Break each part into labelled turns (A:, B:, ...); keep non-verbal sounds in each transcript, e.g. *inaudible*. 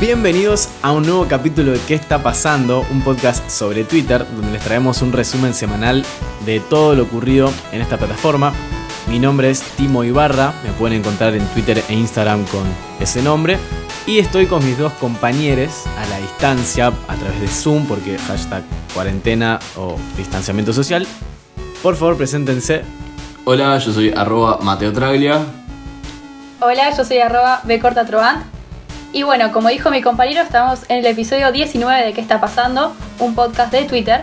A: Bienvenidos a un nuevo capítulo de ¿Qué está pasando? Un podcast sobre Twitter donde les traemos un resumen semanal de todo lo ocurrido en esta plataforma. Mi nombre es Timo Ibarra, me pueden encontrar en Twitter e Instagram con ese nombre. Y estoy con mis dos compañeros a la distancia a través de Zoom porque hashtag cuarentena o distanciamiento social. Por favor, preséntense.
B: Hola, yo soy arroba Mateo Traglia.
C: Hola, yo soy arroba bcortatrovant. Y bueno, como dijo mi compañero, estamos en el episodio 19 de ¿Qué está pasando? Un podcast de Twitter.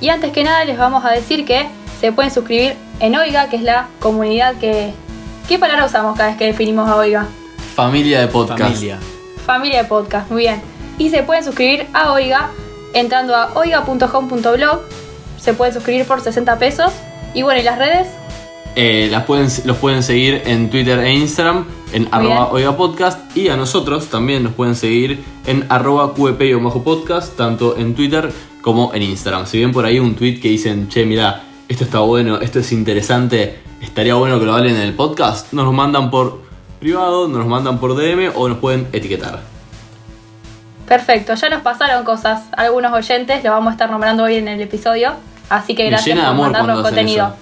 C: Y antes que nada les vamos a decir que se pueden suscribir en Oiga, que es la comunidad que... ¿Qué palabra usamos cada vez que definimos a Oiga?
B: Familia de podcast.
A: Familia.
C: Familia de podcast, muy bien. Y se pueden suscribir a Oiga entrando a oiga.com.blog. Se pueden suscribir por 60 pesos. Y bueno, ¿y las redes?
B: Eh, las pueden, los pueden seguir en Twitter e Instagram en arroba
C: bien.
B: Oiga Podcast y a nosotros también nos pueden seguir en arroba QEP y bajo podcast, tanto en Twitter como en Instagram. Si ven por ahí un tweet que dicen, che, mira, esto está bueno, esto es interesante, estaría bueno que lo hablen en el podcast, nos lo mandan por privado, nos lo mandan por DM o nos pueden etiquetar.
C: Perfecto, ya nos pasaron cosas. Algunos oyentes lo vamos a estar nombrando hoy en el episodio. Así que
B: Me
C: gracias
B: llena de
C: por
B: amor
C: mandarnos
B: cuando hacen
C: contenido.
B: eso.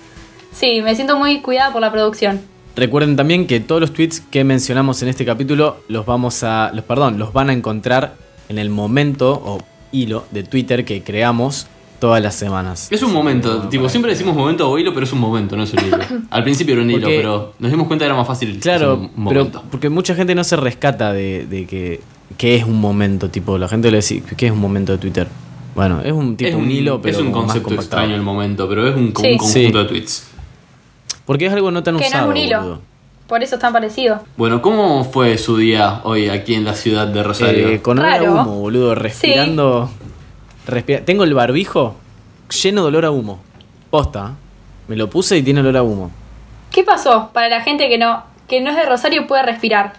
C: Sí, me siento muy cuidada por la producción.
A: Recuerden también que todos los tweets que mencionamos en este capítulo los vamos a. los perdón, los van a encontrar en el momento o hilo de Twitter que creamos todas las semanas.
B: Es un momento, tipo, siempre decimos momento o hilo, pero es un momento, no es
A: *laughs*
B: un hilo. Al principio era un hilo,
A: Porque-
B: pero nos dimos cuenta que era más fácil. hacer
A: Claro,
B: un
A: pero
B: momento.
A: porque mucha gente no se rescata de, de que, que es un momento, tipo, la gente le dice, ¿qué es un momento de Twitter? Bueno, es un tipo
B: es
A: un, hilo, pero
B: es un
A: como más
B: concepto
A: compactado.
B: extraño el momento, pero es un, como
C: Sí.
B: un conjunto
A: Sí.
B: de tweets.
A: Porque es algo no tan
C: Que no es
A: usado.
C: un hilo.
A: boludo.
C: Por eso están parecidos.
B: Bueno, ¿cómo fue su día hoy aquí en la ciudad de Rosario?
A: Eh, con olor a
C: Raro.
A: humo, boludo, respirando. respira- Tengo el barbijo lleno de olor a humo. Posta. ¿eh? Me lo puse y tiene olor a humo.
C: ¿Qué pasó para la gente que no, que no es de Rosario y puede respirar?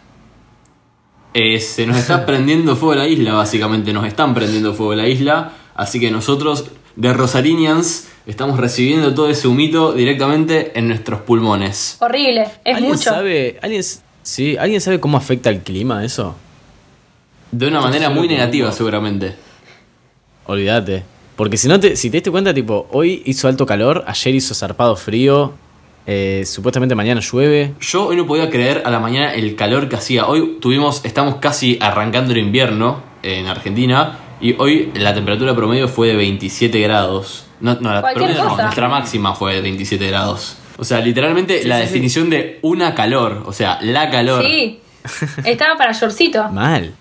B: Eh, se
A: *laughs*
B: nos está prendiendo fuego la isla, básicamente. Nos están prendiendo fuego la isla. Así que nosotros, de Rosarinians, estamos recibiendo todo ese humito directamente en nuestros pulmones.
C: Horrible, es
A: ¿Alguien
C: mucho.
A: Sabe, ¿alguien, s- sí, ¿Alguien sabe cómo afecta el clima eso?
B: De una manera muy negativa, seguramente.
A: Olvídate. Porque si no te, si te diste cuenta, tipo, hoy hizo alto calor, ayer hizo zarpado frío, eh, supuestamente mañana llueve.
B: Yo hoy no podía creer a la mañana el calor que hacía. Hoy tuvimos, estamos casi arrancando el invierno en Argentina y hoy la temperatura promedio fue de 27 grados. No, no, la
C: Cualquier
B: promedio no,
C: cosa.
B: nuestra máxima fue de 27 grados. O sea, literalmente la definición de una calor, o sea, la calor. *laughs*
C: Sí, estaban para shortcito.
A: Mal.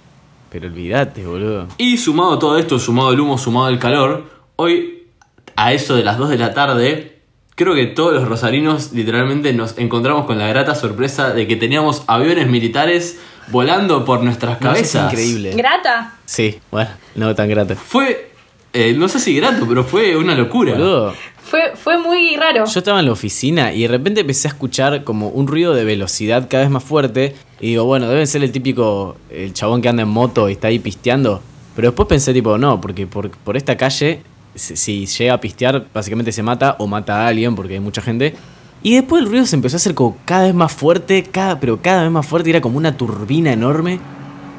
A: Pero olvídate, boludo.
B: Y sumado a todo esto, sumado el humo, sumado el calor, hoy a eso de las 2 de la tarde, creo que todos los rosarinos literalmente nos encontramos con la grata sorpresa de que teníamos aviones militares volando por nuestras
A: No, eso
B: cabezas.
A: es increíble.
C: Grata,
A: Sí, bueno, no tan grato.
B: Fue, eh, no sé si grato, pero fue una locura.
A: Boludo.
C: fue, fue muy raro.
A: Yo estaba en la oficina y de repente empecé a escuchar como un ruido de velocidad cada vez más fuerte. Y digo, bueno, debe ser el típico, el chabón que anda en moto y está ahí pisteando. Pero después pensé, tipo, no, porque por, por esta calle, si, si llega a pistear, básicamente se mata o mata a alguien porque hay mucha gente. Y después el ruido se empezó a hacer como cada vez más fuerte, cada, pero cada vez más fuerte, y era como una turbina enorme.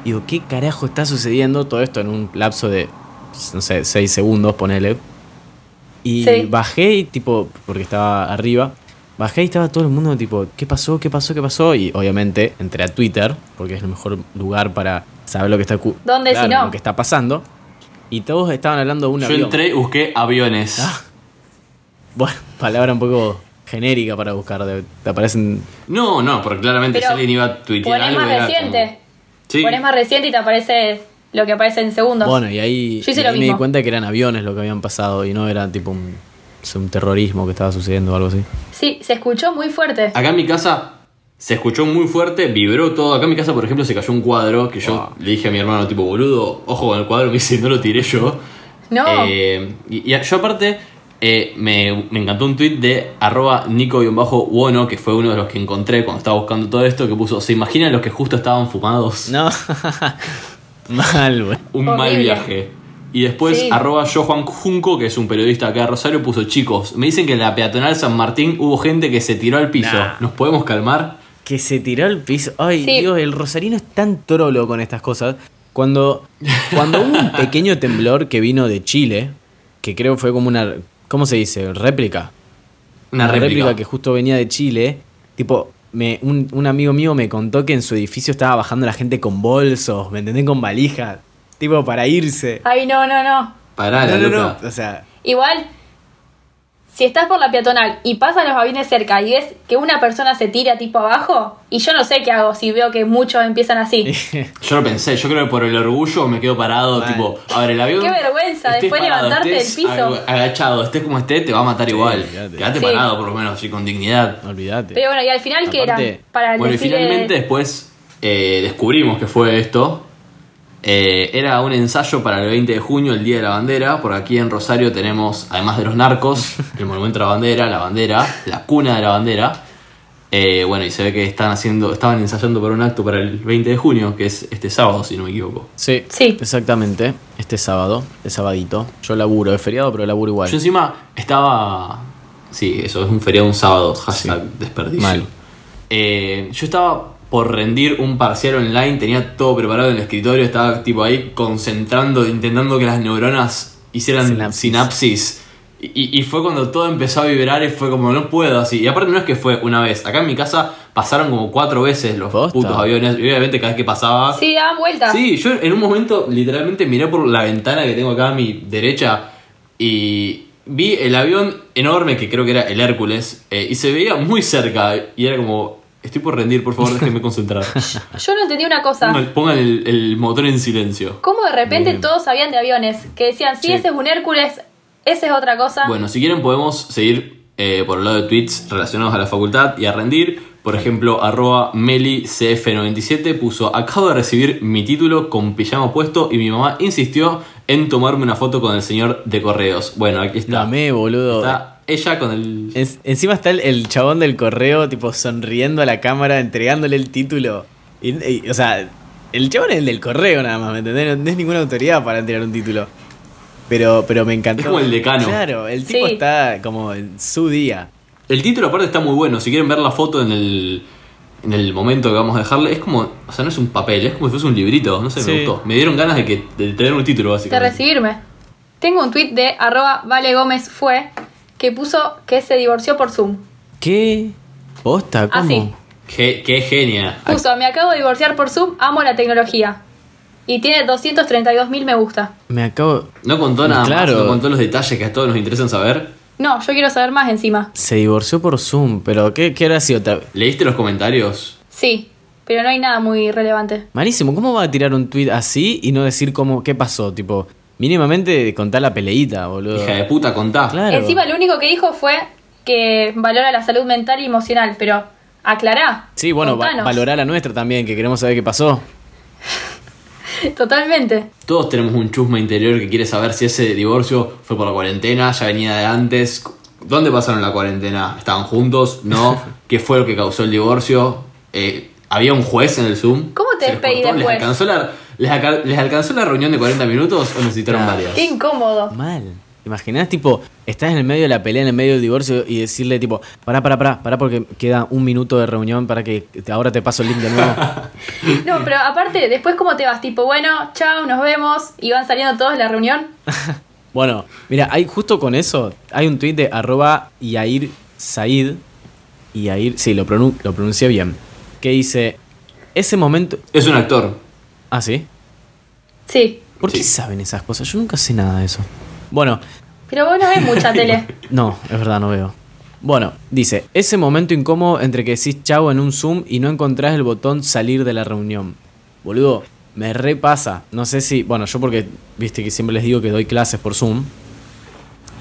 A: Digo, ¿qué carajo está sucediendo? Todo esto en un lapso de, no sé, 6 segundos, ponele. Y
C: Sí.
A: bajé y tipo, porque estaba arriba, bajé y estaba todo el mundo tipo, ¿qué pasó? ¿Qué pasó? ¿Qué pasó? Y obviamente entré a Twitter, porque es el mejor lugar para saber lo que está, ocu-
C: ¿Dónde si no?
A: lo que está pasando. Y todos estaban hablando de un
B: Yo
A: avión. Ah.
B: entré y busqué aviones.
A: *laughs* Bueno, palabra un poco genérica para buscar. de- te aparecen
B: No, no, porque claramente
C: Pero
B: si alguien iba a tuitear
C: Ponés
B: algo.
C: más
B: era
C: reciente.
B: como- Sí.
C: Ponés más reciente y te aparece lo que aparece en segundos.
A: Bueno, y ahí,
C: Yo hice
A: y
C: lo
A: ahí me di
C: mismo.
A: cuenta que eran aviones lo que habían pasado y no era tipo un, un terrorismo que estaba sucediendo o algo así.
B: Ah,
C: Sí, se escuchó muy fuerte.
B: Acá en mi casa Se escuchó muy fuerte, vibró todo. Acá en mi casa, por ejemplo, se cayó un cuadro que yo
A: Wow.
B: le dije a mi hermano, tipo, boludo, ojo con el cuadro, *laughs* me dice, no lo tiré yo.
C: No.
B: Eh, y, y yo aparte, eh, me, me encantó un tweet de arroba nico-wono, que fue uno de los que encontré cuando estaba buscando todo esto, que puso, ¿se imaginan los que justo estaban fumados?
A: No. *laughs* Mal, güey.
B: Un mal
C: Horrible.
B: viaje. Y después,
C: Sí.
B: arroba yo Juan Junco, que es un periodista acá de Rosario, puso, chicos, me dicen que en la peatonal San Martín hubo gente que se tiró al piso.
A: Nah.
B: ¿Nos podemos calmar?
A: Que se tiró al piso. Ay,
C: Sí.
A: Dios, el rosarino es tan trolo con estas cosas. Cuando, cuando hubo
C: *laughs*
A: un pequeño temblor que vino de Chile, que creo fue como una. ¿Cómo se dice? Réplica.
B: Una, réplica.
A: que justo venía de Chile. Tipo, me, un, un amigo mío me contó que en su edificio estaba bajando la gente con bolsos, ¿me entendés? Con valijas. Tipo, para irse.
C: Ay, no, no, no.
B: Pará, la
A: no, no,
B: loca.
A: no. O sea,
C: Igual, si estás por la peatonal y pasan los aviones cerca y ves que una persona se tira tipo abajo, y yo no sé qué hago si veo que muchos empiezan así.
B: Yo lo pensé, yo creo que por el orgullo me quedo parado,
A: Mal.
B: tipo, a ver, el avión.
C: Qué vergüenza,
B: estés
C: después levantarte del
B: estés
C: piso.
B: ag- agachado, estés como estés, te va a matar igual.
A: olvídate.
B: Quédate
C: Sí.
B: parado, por lo menos, y con dignidad.
A: olvídate.
C: Pero bueno, ¿y al final qué era?
A: Aparte,
C: Para el
B: Bueno, y
C: desfile-
B: finalmente después eh, descubrimos que fue esto. Eh, era un ensayo para el 20 de junio, el Día de la Bandera, porque aquí en Rosario tenemos, además de los narcos, el Monumento a la Bandera, la bandera, la cuna de la bandera. Eh, bueno, y se ve que están haciendo, estaban ensayando para un acto para el 20 de junio, que es este sábado, si no me equivoco.
A: Sí,
C: Sí.
A: exactamente. Este sábado, es sabadito. Yo laburo, es feriado, pero laburo igual.
B: Yo encima estaba. Sí, eso es un feriado un sábado, hashtag desperdicio.
A: Mal.
B: Eh, yo estaba por rendir un parcial online, tenía todo preparado en el escritorio, estaba tipo ahí concentrando, intentando que las neuronas hicieran
A: Sinapsis.
B: sinapsis. Y, y- y fue cuando todo empezó a vibrar y fue como, no puedo así. Y aparte no es que fue una vez, acá en mi casa pasaron como cuatro veces los
A: Posta.
B: putos aviones. Y obviamente cada vez que pasaba...
C: Sí, daban vueltas.
B: Sí, yo en un momento literalmente miré por la ventana que tengo acá a mi derecha y vi el avión enorme que creo que era el Hércules eh, y se veía muy cerca y era como, estoy por rendir, por favor, déjenme concentrar.
C: Yo no entendí una cosa.
B: Pongan, pongan el, el motor en silencio.
C: ¿Cómo de repente
A: Bien.
C: todos sabían de aviones? Que decían, sí,
A: Sí.
C: ese es un Hércules, ese es otra cosa.
B: Bueno, si quieren podemos seguir eh, por el lado de tweets relacionados a la facultad y a rendir. Por ejemplo, arroba melicf97 puso, acabo de recibir mi título con pijama puesto y mi mamá insistió en tomarme una foto con el señor de correos. Bueno, aquí está.
A: La amé, boludo.
B: Está ella con el.
A: En- encima está el, el chabón del correo, tipo, sonriendo a la cámara, entregándole el título. Y- y, o sea, el chabón es el del correo nada más, ¿me entendés? No, no es ninguna autoridad para entregar un título. Pero, pero me encantó.
B: Es como el decano.
A: Claro, el tipo
C: Sí.
A: está como en su día.
B: El título, aparte, está muy bueno. Si quieren ver la foto en el. En el momento que vamos a dejarle, es como. O sea, no es un papel, es como si fuese un librito. No sé, me
A: Sí.
B: gustó. Me dieron ganas de, que, de tener un título,
C: de
B: básicamente.
C: recibirme. Tengo un tweet de arroba Vale Gómez fue que puso que se divorció por Zoom.
A: ¿Qué? ¿Posta? ¿Cómo?
C: Así.
B: Ge- qué genia.
C: Puso, me acabo de divorciar por Zoom, amo la tecnología. Y tiene 232 mil me gusta.
A: Me acabo...
B: No contó nada
A: Claro.
B: más, no contó los detalles que a todos nos interesan saber.
C: No, yo quiero saber más encima.
A: Se divorció por Zoom, pero ¿qué, qué habrá sido? otra-
B: ¿Leíste los comentarios?
C: Sí, pero no hay nada muy relevante.
A: Malísimo, ¿cómo va a tirar un tweet así y no decir cómo, qué pasó? Tipo, mínimamente contar la peleita, boludo.
B: Hija de puta, contá.
A: Claro.
C: Encima lo único que dijo fue que valora la salud mental y emocional, pero aclará.
A: Sí, bueno, va-
C: contanos.
A: valorar la nuestra también, que queremos saber qué pasó.
C: *laughs* Totalmente.
B: Todos tenemos un chusma interior que quiere saber si ese divorcio fue por la cuarentena, ya venía de antes. ¿Dónde pasaron la cuarentena? ¿Estaban juntos?
A: *laughs*
B: ¿No? ¿Qué fue lo que causó el divorcio? Eh, ¿Había un juez en el Zoom?
C: ¿Cómo te
B: ¿Se les
C: despedís
B: cortó?
C: del
B: ¿Les
C: juez?
B: alcanzó, la, les, alca- les alcanzó la reunión de 40 minutos o necesitaron
A: Claro.
B: varias?
C: Qué incómodo.
A: Mal. ¿Te imaginás, tipo, estás en el medio de la pelea, en el medio del divorcio y decirle, tipo, pará, pará, pará, pará, porque queda un minuto de reunión para que te- ahora te paso el link de
B: *laughs*
A: nuevo?
C: No, pero aparte, después cómo te vas, tipo, bueno, chao, nos vemos, y van saliendo todos de la reunión.
A: bueno, mira, hay justo con eso, hay un tweet de arroba Yair Said, Yair, sí, lo, pronun- lo pronuncié bien, que dice, ese momento...
B: Es un actor.
A: Ah, sí.
C: Sí.
A: ¿Por qué
B: Sí.
A: saben esas cosas? Yo nunca sé nada de eso. Bueno,
C: Pero vos no
A: *laughs*
C: ves mucha tele.
A: No, es verdad, no veo. Bueno, dice, ese momento incómodo entre que decís chau en un Zoom y no encontrás el botón salir de la reunión. Boludo, me repasa. No sé si, bueno, yo porque, viste que siempre les digo que doy clases por Zoom.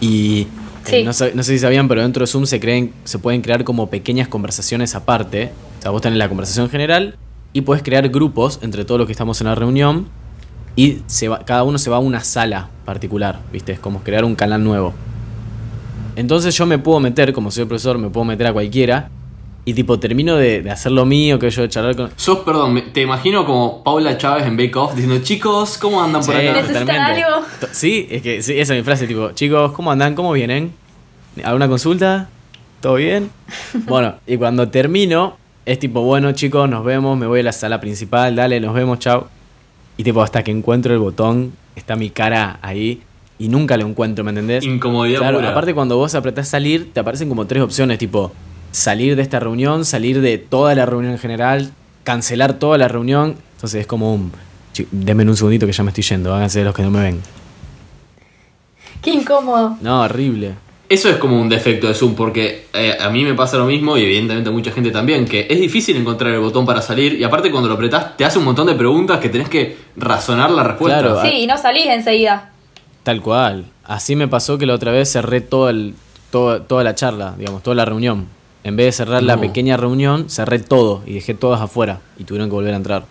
A: Y eh,
C: Sí.
A: no, sab- no sé si sabían, pero dentro de Zoom se, creen, se pueden crear como pequeñas conversaciones aparte. O sea, vos tenés la conversación general y podés crear grupos entre todos los que estamos en la reunión y se va- cada uno se va a una sala particular, ¿viste? Es como crear un canal nuevo. Entonces yo me puedo meter, como soy el profesor, me puedo meter a cualquiera y tipo termino de, de hacer lo mío, que yo de charlar con...
B: Sos, perdón, me- te imagino como Paula Chávez en Bake Off diciendo, chicos, ¿cómo andan por
A: Sí,
B: acá?
C: Necesitan
A: totalmente.
C: algo.
A: To- Sí, es que sí, esa es mi frase, tipo, chicos, ¿cómo andan? ¿Cómo vienen? ¿Alguna consulta? ¿Todo
C: *laughs*
A: bien? Bueno, y cuando termino, es tipo, bueno, chicos, nos vemos, me voy a la sala principal, dale, nos vemos, chao. Y tipo, hasta que encuentro el botón, está mi cara ahí y nunca lo encuentro, ¿me entendés?
B: Incomodidad
A: Claro,
B: pura.
A: aparte cuando vos apretás salir, te aparecen como tres opciones, tipo salir de esta reunión, salir de toda la reunión en general, cancelar toda la reunión. Entonces es como un... "Chi- Denme un segundito que ya me estoy yendo, háganse los que no me ven.
C: Qué incómodo.
A: No, horrible.
B: Eso es como un defecto de Zoom, porque eh, a mí me pasa lo mismo y evidentemente a mucha gente también, que es difícil encontrar el botón para salir y aparte cuando lo apretás te hace un montón de preguntas que tenés que razonar la respuesta.
A: Claro.
C: Sí, y no salís enseguida.
A: Tal cual. Así me pasó que la otra vez cerré todo el, todo- toda la charla, digamos, toda la reunión. En vez de cerrar la
B: No.
A: pequeña reunión, cerré todo y dejé todas afuera y tuvieron que volver a entrar.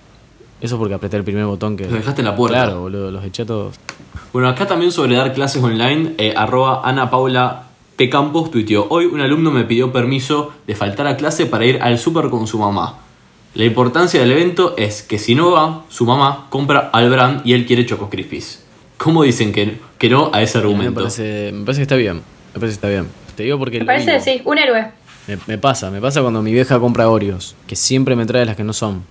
A: Eso porque apreté el primer botón que...
B: Los dejaste en la puerta.
A: Claro, boludo, los eché a todos.
B: Bueno, acá también sobre dar clases online, eh, arroba Ana Paula P. Campos tuiteó, hoy un alumno me pidió permiso de faltar a clase para ir al súper con su mamá. La importancia del evento es que si no va, su mamá compra al brand y él quiere Choco Crispies. ¿Cómo dicen que, que no a ese
A: Me
B: argumento?
A: parece, me parece que está bien. Me parece que está bien. Te digo porque...
C: Me
A: lo
C: parece,
A: mismo.
C: sí, un héroe.
A: Me, me pasa, me pasa cuando mi vieja compra Oreos, que siempre me trae las que no son.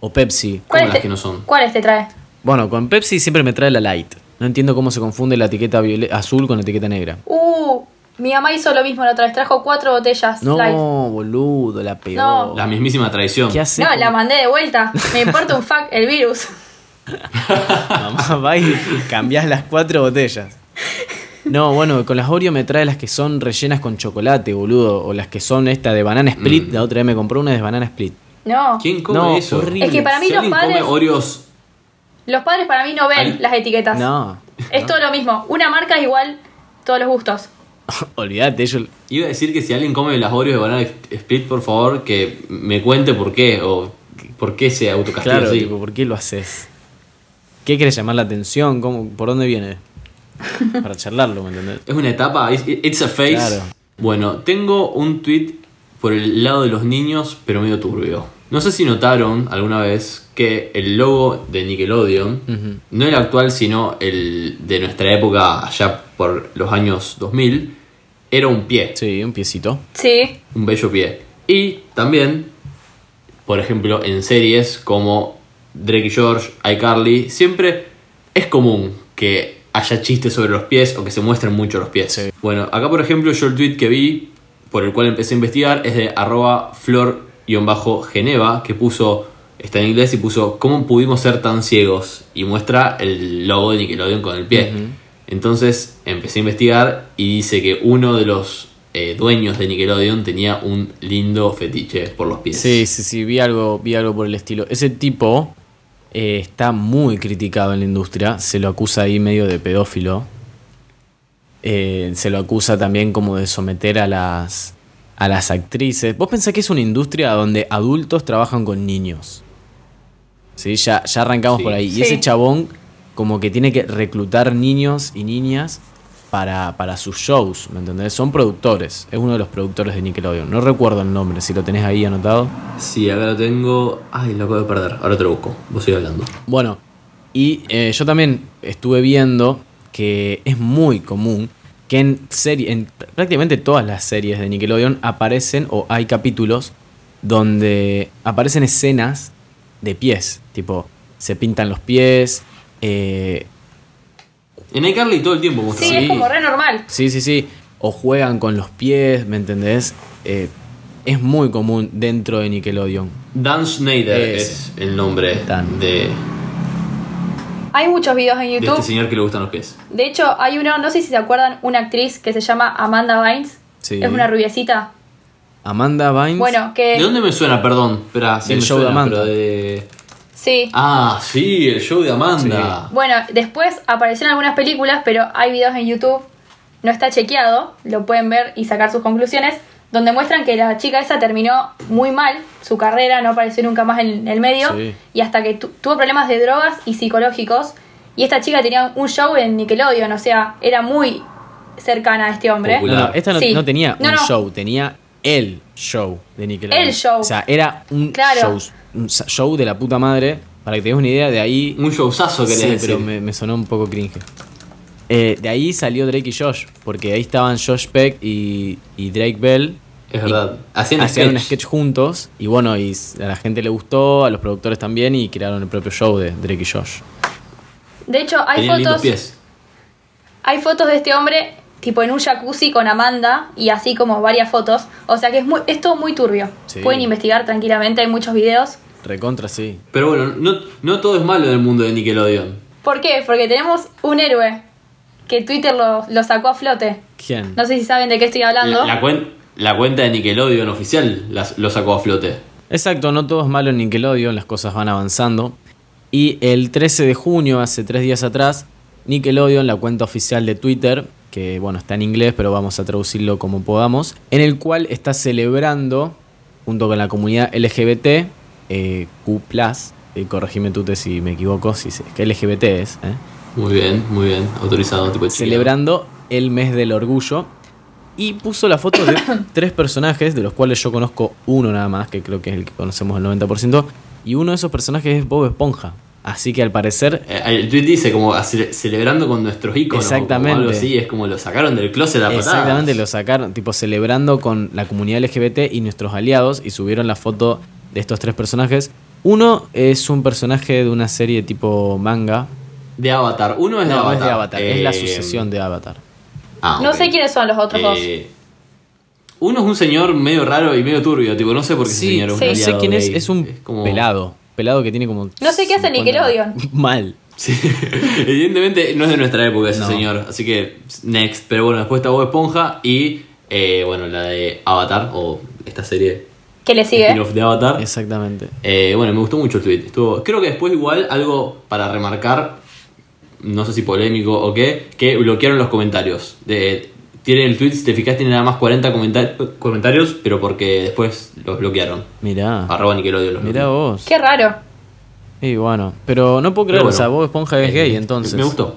A: O Pepsi.
C: ¿Cuáles
B: las
C: te-
B: que no son?
C: ¿Cuáles te este? trae?
A: Bueno, con Pepsi siempre me trae la light. No entiendo cómo se confunde la etiqueta viole- azul con la etiqueta negra.
C: Uh, mi mamá hizo lo mismo la otra vez. Trajo cuatro botellas.
A: No,
C: light.
A: boludo, la peor.
C: No.
B: La mismísima traición.
A: ¿Qué hace?
C: No, la mandé de vuelta. Me importa un fuck el virus. *laughs*
A: Mamá, *laughs* va y cambiás las cuatro botellas. No, bueno, con las Oreo me trae las que son rellenas con chocolate, boludo. O las que son esta de banana split. La otra vez me compró una de banana split.
C: No.
B: ¿Quién come
A: No,
B: eso?
A: horrible.
C: Es que Eh, para mí
B: Si
C: los
B: alguien
C: padres-
B: come Oreos,
C: Los padres para mí no ven
B: Al-
C: las etiquetas.
A: No.
C: Es todo lo mismo. Una marca es igual todos los gustos.
A: *laughs* Olvídate, yo
B: iba a decir que si alguien come las Oreos de Banana Split, por favor, que me cuente por qué o por qué se autocastiga
A: Claro,
B: así.
A: tipo, ¿por qué lo haces? ¿Qué querés llamar la atención? ¿Cómo, ¿Por dónde viene? Para charlarlo, ¿me entendés?
B: Es una etapa, it's- it's a phase.
A: Claro.
B: Bueno, tengo un tweet por el lado de los niños, pero medio turbio. No sé si notaron alguna vez que el logo de Nickelodeon, no el actual, sino el de nuestra época, allá por los años 2000, era un pie,
A: Sí, un piecito.
C: Sí.
B: un bello pie. Y también, por ejemplo, en series como Drake y George, iCarly, siempre es común que haya chistes sobre los pies o que se muestren mucho los pies.
A: Sí.
B: Bueno, acá por ejemplo yo el tweet que vi, por el cual empecé a investigar, es de arroba flor-geneva, que puso, está en inglés y puso, ¿cómo pudimos ser tan ciegos? Y muestra el logo de Nickelodeon con el pie. Entonces empecé a investigar y dice que uno de los eh, dueños de Nickelodeon tenía un lindo fetiche por los pies.
A: Sí, sí, sí, vi algo, vi algo por el estilo. Ese tipo eh, está muy criticado en la industria. Se lo acusa ahí medio de pedófilo. Eh, se lo acusa también como de someter a las, a las actrices. Vos pensás que es una industria donde adultos trabajan con niños. Sí, ya, ya arrancamos
B: Sí.
A: por ahí.
C: Sí.
A: Y ese chabón como que tiene que reclutar niños y niñas para, para sus shows, ¿me entendés? Son productores. Es uno de los productores de Nickelodeon. No recuerdo el nombre, si lo tenés ahí anotado.
B: Sí, acá lo tengo. Ay, lo acabo de perder. Ahora te lo busco. Vos sigue hablando.
A: Bueno, y eh, yo también estuve viendo que es muy común que en serie, en pr- prácticamente todas las series de Nickelodeon aparecen o hay capítulos donde aparecen escenas de pies, tipo se pintan los pies, eh,
B: En iCarly todo el tiempo
C: Sí,
B: mostraba.
C: es como re normal.
A: Sí, sí, sí. O juegan con los pies, ¿me entendés? Eh, es muy común dentro de Nickelodeon.
B: Dan Schneider
A: Ese.
B: es el nombre
A: Dan.
B: de,
C: Hay muchos videos en
B: de este
C: YouTube.
B: señor que le gustan los pies.
C: De hecho, hay uno, no sé si se acuerdan, una actriz que se llama Amanda Vines.
A: Sí.
C: Es una rubiecita.
A: Amanda Vines.
C: Bueno,
B: ¿De
C: que.
B: dónde me suena? Perdón, espera, sí
A: Del
B: me
A: show de
B: suena,
A: Amanda.
B: pero de-
C: Sí.
B: Ah, sí, el show de Amanda.
C: Bueno, después aparecieron algunas películas, pero hay videos en YouTube. No está chequeado, lo pueden ver y sacar sus conclusiones. donde muestran que la chica esa terminó muy mal su carrera, no apareció nunca más en el medio
A: Sí.
C: y hasta que tu- tuvo problemas de drogas y psicológicos. Y esta chica tenía un show en Nickelodeon, o sea, era muy cercana a este hombre.
B: Popular.
A: No, no, esta no,
C: Sí.
A: no tenía
C: No,
A: un
C: no.
A: show, tenía el show de Nickelodeon.
C: El show.
A: O sea, era un,
C: Claro.
A: show, un sa- show de la puta madre. Para que te des una idea, de ahí.
B: Un showzazo querés
A: Sí,
B: decir.
A: pero me, me sonó un poco cringe. Eh, de ahí salió Drake y Josh, porque ahí estaban Josh Peck y, y Drake Bell.
B: Es verdad. Hacían,
A: Hacían un
B: sketch.
A: sketch juntos y bueno, y s- a la gente le gustó, a los productores también y crearon el propio show de Drake y Josh.
C: De hecho, hay
B: Tenían lindos
C: fotos,
B: pies.
C: hay fotos de este hombre tipo en un jacuzzi con Amanda y así como varias fotos. O sea que es, muy, es todo muy turbio.
A: Sí.
C: Pueden investigar tranquilamente, hay muchos videos.
A: Recontra, sí.
B: Pero bueno, no, no todo es malo en el mundo de Nickelodeon.
C: ¿Por qué? Porque tenemos un héroe que Twitter lo, lo sacó a flote.
A: ¿Quién?
C: No sé si saben de qué estoy hablando.
B: La, la cuen- la cuenta de Nickelodeon oficial las- lo sacó a flote.
A: Exacto, no todo es malo en Nickelodeon, las cosas van avanzando. Y el 13 de junio, hace tres días atrás, Nickelodeon, la cuenta oficial de Twitter, que bueno, está en inglés, pero vamos a traducirlo como podamos, en el cual está celebrando, junto con la comunidad LGBT, eh, Q, eh, corregime tú te si me equivoco, si se- es que LGBT es, ¿eh?
B: Muy bien, muy bien. Autorizado, tipo chiquito.
A: celebrando el mes del orgullo. Y puso la foto
B: *coughs*
A: de tres personajes, de los cuales yo conozco uno nada más, que creo que es el que conocemos el 90%. Y uno de esos personajes es Bob Esponja. Así que al parecer,
B: Eh, El tweet dice como ace- celebrando con nuestros íconos.
A: Exactamente.
B: O algo así, es como lo sacaron del closet a patadas.
A: exactamente lo sacaron, tipo celebrando con la comunidad LGBT y nuestros aliados. Y subieron la foto de estos tres personajes. Uno es un personaje de una serie tipo manga.
B: De Avatar. Uno es de
A: No,
B: Avatar.
A: es de Avatar, es la
B: Eh,
A: sucesión de Avatar.
B: ah,
C: No
B: ok.
C: sé quiénes son los otros dos.
B: Eh, Uno es un señor medio raro y medio turbio, tipo, no sé por qué ese señor es un
C: sí.
A: no sé
B: aliado
A: quién es,
B: gay.
A: es un
B: como-
A: pelado. Pelado que tiene como.
C: No sé qué
A: 50.
C: hace Nickelodeon.
A: *laughs* Mal.
B: *laughs* Sí. Evidentemente no es de nuestra época ese
A: No.
B: señor, así que next. Pero bueno, después está Bob Esponja y, eh, bueno, la de Avatar, o esta serie
C: ¿Qué le sigue?
B: spin-off de Avatar.
A: Exactamente.
B: Eh, bueno, me gustó mucho el tweet. Estuvo, creo que después igual algo para remarcar, no sé si polémico o qué, que bloquearon los comentarios. De, tienen el tweet, si te fijas, tiene nada más 40 comenta- comentarios, pero porque después los bloquearon.
A: Mirá.
B: Arroba Nickelodeon los
A: Ah. Mirá
B: bloqueó.
A: vos.
C: Qué raro.
A: Y bueno. Pero no puedo
B: Pero
A: creer,
B: bueno.
A: o sea, Bob Esponja es
B: Eh,
A: gay, entonces.
B: Me gustó.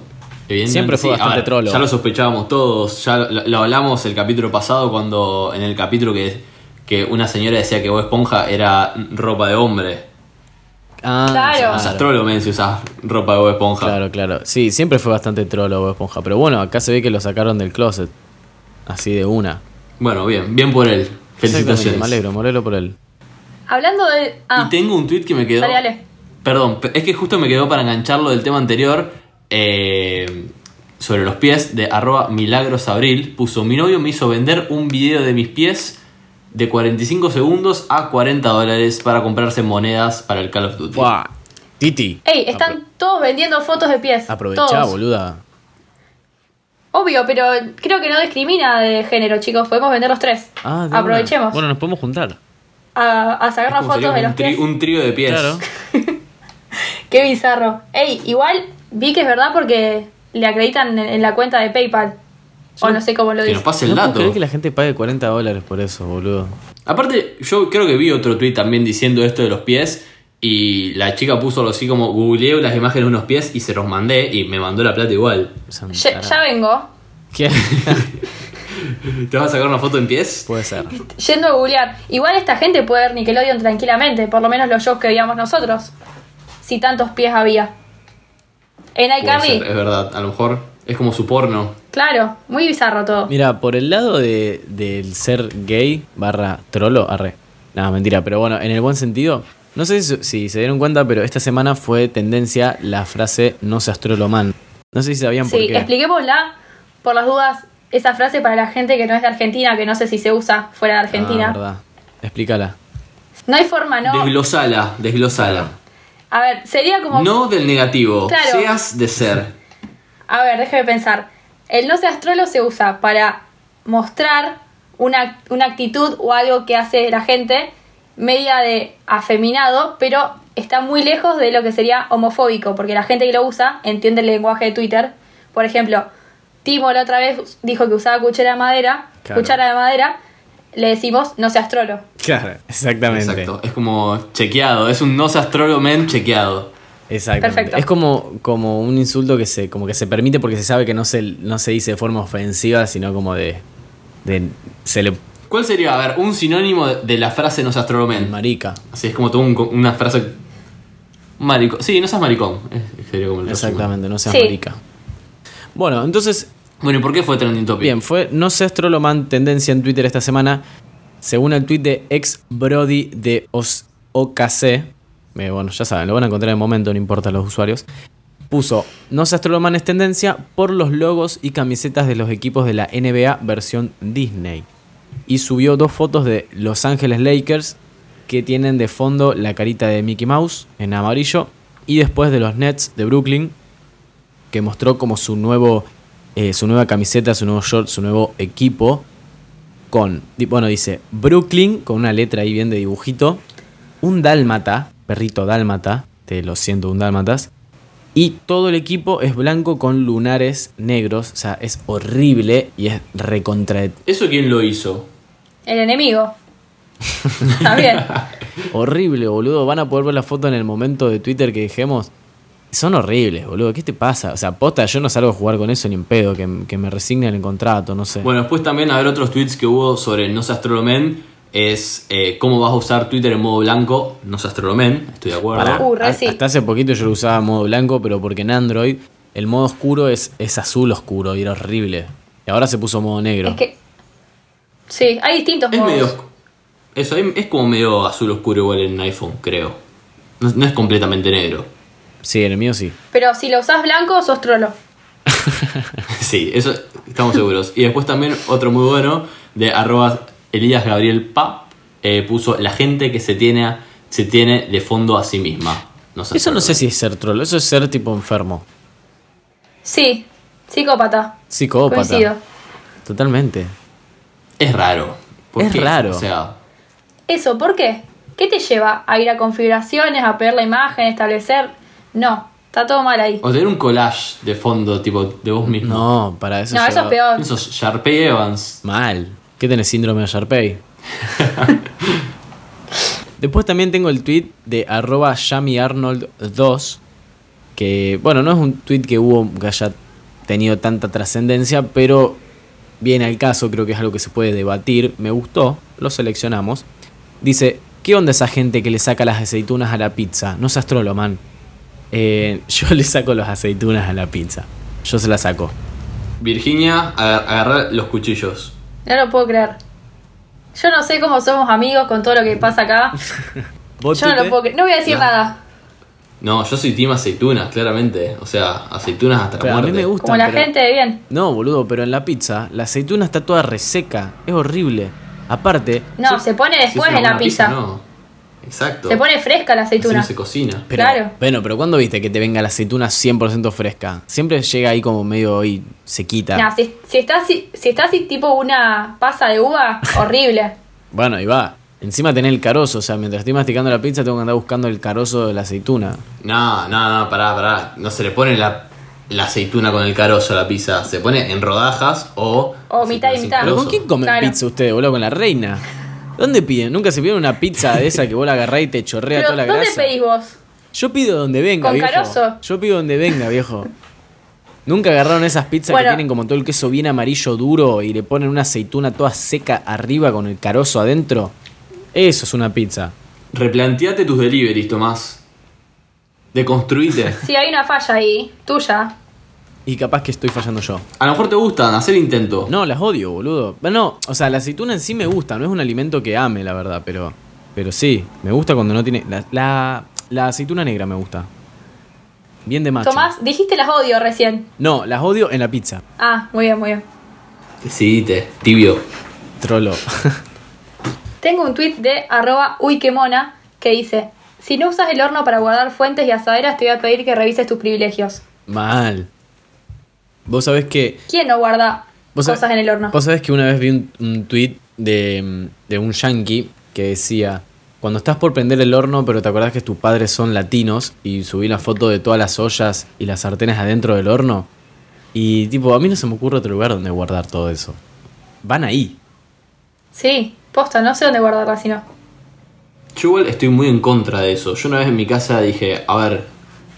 B: Evidentemente,
A: Siempre fue
B: sí.
A: bastante
B: A ver,
A: trolo.
B: Ya lo sospechábamos todos, ya lo, lo hablamos el capítulo pasado cuando en el capítulo que, que una señora decía que Bob Esponja era ropa de hombre.
A: Ah,
C: Claro.
B: O sea, trolo, men, si usás ropa de Bob Esponja.
A: Claro, claro. Sí, siempre fue bastante trolo Bob Esponja. Pero bueno, acá se ve que lo sacaron del closet. Así de una.
B: Bueno, bien, bien por él.
A: Exactamente,
B: Felicitaciones.
A: Me alegro, me alegro por él.
C: Hablando de. Ah,
B: Y tengo un tweet que me quedó.
C: Dale, dale.
B: Perdón, pe- es que justo me quedó para engancharlo del tema anterior. eh, sobre los pies de arroba milagrosabril. Puso: Mi novio me hizo vender un video de mis pies de 45 segundos a 40 dólares para comprarse monedas para el Call of Duty.
A: Buah. Titi.
C: ey, están todos vendiendo fotos de pies.
A: Apro- Aprovechá,
C: todos.
A: boluda.
C: Obvio, pero creo que no discrimina de género, chicos. Podemos vender los tres.
A: Ah, de una.
C: Aprovechemos
A: Bueno, nos podemos juntar.
C: a, a
B: Es
C: sacarnos
B: como sería
C: fotos de
B: un
C: los
B: tri-
C: pies.
B: Un trío de pies.
A: Claro.
C: Qué bizarro. Ey, igual vi que es verdad porque le acreditan en, en la cuenta de PayPal. O no sé cómo lo
B: Que nos
C: dice.
B: pase el
A: no puedo
B: dato.
A: creer que la gente pague 40 dólares por eso, boludo.
B: Aparte, yo creo que vi otro tweet también diciendo esto de los pies. Y la chica puso algo así como googleé las imágenes de unos pies y se los mandé y me mandó la plata igual.
C: Ya, ya vengo.
B: *laughs*
A: ¿Qué?
B: ¿Te vas a sacar una foto en pies?
A: Puede ser.
C: Yendo a googlear. Igual esta gente puede ver Nickelodeon tranquilamente, por lo menos los shows que veíamos nosotros. Si tantos pies había.
B: Puede
C: En
B: ser, eh.
C: iCarly.
B: es verdad, a lo mejor es como su porno.
C: Claro, muy bizarro todo.
A: Mira, por el lado de, del ser gay barra trolo, arre. Nada, mentira, pero bueno, en el buen sentido, no sé si, si se dieron cuenta, pero esta semana fue tendencia la frase no seas trolo man. No sé si sabían por
C: Sí,
A: qué.
C: expliquémosla por las dudas esa frase para la gente que no es de Argentina, que no sé si se usa fuera de
A: Ah,
C: Argentina.
A: verdad. Explícala.
C: no hay forma, no.
B: Desglosala, desglosala.
C: A ver, sería como.
B: No del negativo,
C: Claro.
B: seas de ser.
C: A ver, déjeme pensar. El no seas trolo se usa para mostrar una, una actitud o algo que hace la gente media de afeminado, pero está muy lejos de lo que sería homofóbico, porque la gente que lo usa entiende el lenguaje de Twitter. Por ejemplo, Timo la otra vez dijo que usaba cuchara de madera,
A: Claro.
C: cuchara de madera. le decimos no seas trolo.
A: Claro, exactamente.
B: Exacto. Es como chequeado. Es un no seas trolo men chequeado.
A: Exactamente.
C: Perfecto.
A: Es como, como un insulto que se, como que se permite porque se sabe que no se, no se dice de forma ofensiva, sino como de. de se le.
B: ¿Cuál sería, a ver, un sinónimo de, de la frase no seas trolo men?
A: marica.
B: Así es como todo un co- una frase. Maricón. Sí, no seas maricón. Es- sería como el resumen.
A: Exactamente, no seas
C: Sí.
A: marica. Bueno, entonces,
B: Bueno, ¿y por qué fue trending topic?
A: bien, fue No seas troloman tendencia en Twitter esta semana. Según el tweet de ex Brody de Os- OKC, eh, bueno, ya saben, lo van a encontrar en el momento, no importa los usuarios. Puso, no seas troloman es tendencia por los logos y camisetas de los equipos de la NBA versión Disney. Y subió dos fotos de Los Ángeles Lakers que tienen de fondo la carita de Mickey Mouse en amarillo y después de los Nets de Brooklyn que mostró como su nuevo eh, su nueva camiseta, su nuevo short, su nuevo equipo con di- bueno, dice Brooklyn con una letra ahí bien de dibujito, un dálmata, perrito dálmata, te lo siento, un dálmatas y todo el equipo es blanco con lunares negros, o sea, es horrible y es recontra
B: ¿Eso quién lo hizo?
C: El enemigo. También.
A: Horrible, boludo. Van a poder ver la foto en el momento de Twitter que dijimos. Son horribles, boludo. ¿Qué te pasa? O sea, posta, yo no salgo a jugar con eso ni en pedo. Que, que me resignen el contrato, no sé.
B: Bueno, después también a ver otros tweets que hubo sobre No seas trolo men. Es eh, cómo vas a usar Twitter en modo blanco. No seas trolo men, estoy de acuerdo.
A: Pará,
C: Uh, re
A: ha-
C: sí.
A: Hasta hace poquito yo lo usaba en modo blanco, pero porque en Android el modo oscuro es, es azul oscuro y era horrible. Y ahora se puso modo negro.
C: es que. Sí, hay distintos
B: Es
C: modos.
B: medio. oscu- Eso, es es como medio azul oscuro igual en iPhone, creo. No, no es completamente negro.
A: Sí, en el mío sí.
C: Pero si lo usás blanco, sos trolo.
B: *laughs* Sí, eso estamos seguros. Y después también otro muy bueno de arroba Elías Gabriel Pa eh, puso la gente que se tiene, a- se tiene de fondo a sí misma. No seas
A: Eso no
B: trolo
A: sé
B: men.
A: si es ser troll, eso es ser tipo enfermo.
C: Sí, psicópata.
A: Psicópata.
C: Coincido.
A: Totalmente.
B: Es raro. ¿Por
A: Es
B: qué?
A: raro.
B: O sea,
C: Eso, ¿por qué? ¿Qué te lleva a ir a configuraciones, a pedir la imagen, establecer? No, está todo mal ahí.
B: o tener un collage de fondo tipo de vos mismo.
A: No, para eso
C: no,
A: yo-
C: eso es peor.
B: ¿Quién sos? Sharpay Evans.
A: Mal. ¿Qué tenés síndrome de Sharpay? Después también tengo el tweet de arroba YamiArnold2, que bueno, no es un tweet que hubo que haya tenido tanta trascendencia, pero viene al caso, creo que es algo que se puede debatir. Me gustó, lo seleccionamos. Dice, ¿qué onda esa gente que le saca las aceitunas a la pizza? No seas trolo, man. Eh, *laughs* yo le saco las aceitunas a la pizza. Yo se las saco.
B: Virginia, agar- agarrar los cuchillos.
C: No lo puedo creer. Yo no sé cómo somos amigos con todo lo que pasa acá.
A: ¿Vos,
C: Yo no lo
A: Tute?
C: puedo creer. No voy a decir
B: No.
C: nada.
B: No, yo soy team aceitunas, claramente. O sea, aceitunas hasta
A: Pero
B: la
A: a
B: muerte.
A: mí me gustan.
C: Como la
A: pero-
C: gente de bien.
A: No, boludo, pero en la pizza la aceituna está toda reseca. Es horrible. Aparte,
C: No, se pone
B: Si es
C: después
B: una
C: en la
B: buena
C: pizza.
B: no. Exacto.
C: Se pone fresca la
B: Así
C: aceituna.
B: no se cocina.
A: pero,
C: Claro.
A: Bueno, pero ¿cuándo viste que te venga la aceituna 100% fresca? Siempre llega ahí como medio y sequita.
C: No, si, si está así, si está así tipo una pasa de uva, horrible.
A: Bueno, ahí va. Encima tenés el carozo, o sea, mientras estoy masticando la pizza tengo que andar buscando el carozo de la aceituna.
B: No, no, no, pará, pará. No se le pone la, la aceituna con el carozo a la pizza. Se pone en rodajas o.
C: O mitad
B: aceituna
C: y
B: sin
C: mitad.
A: ¿Pero
B: carozo.
A: con quién comen
C: Ah. Claro.
A: pizza ustedes, boludo? ¿Con la reina? ¿Dónde piden? ¿Nunca se pidieron una pizza de esa que vos la agarrás y te chorrea
C: Pero
A: toda la
C: ¿dónde
A: grasa?
C: pedís vos?
A: Yo pido donde venga,
C: ¿Con
A: viejo.
C: carozo?
A: Yo pido donde venga, viejo. Nunca agarraron esas pizzas
C: Bueno.
A: que tienen como todo el queso bien amarillo duro y le ponen una aceituna toda seca arriba con el carozo adentro. Eso es una pizza.
B: Replanteate tus deliveries, Tomás. Deconstruite.
C: Si hay una falla ahí, tuya.
A: Y capaz que estoy fallando yo.
B: A lo mejor te gustan, hacer intento.
A: No, las odio, boludo. Bueno, o sea, la aceituna en sí me gusta, no es un alimento que ame, la verdad, pero. Pero sí, me gusta cuando no tiene. La, la, la aceituna negra me gusta. Bien de macho.
C: Tomás, dijiste las odio recién.
A: No, las odio en la pizza.
C: Ah, muy bien, muy bien.
B: Decidite, tibio.
A: Trolo. *laughs*
C: Tengo un tweet de arroba uykemona que dice, si no usas el horno para guardar fuentes y asaderas, te voy a pedir que revises tus privilegios.
A: Mal. Vos sabés que.
C: ¿Quién no guarda
A: vos
C: cosas
A: sab-
C: en el horno?
A: Vos sabés que una vez vi un, un tweet de, mm, de un yankee que decía: Cuando estás por prender el horno, pero te acordás que tus padres son latinos, y subí la foto de todas las ollas y las sartenes adentro del horno. Y tipo, a mí no se me ocurre otro lugar donde guardar todo eso. Van ahí.
C: Sí, Posta, no sé dónde guardarla, si no.
B: Yo igual estoy muy en contra de eso. Yo una vez en mi casa dije, a ver,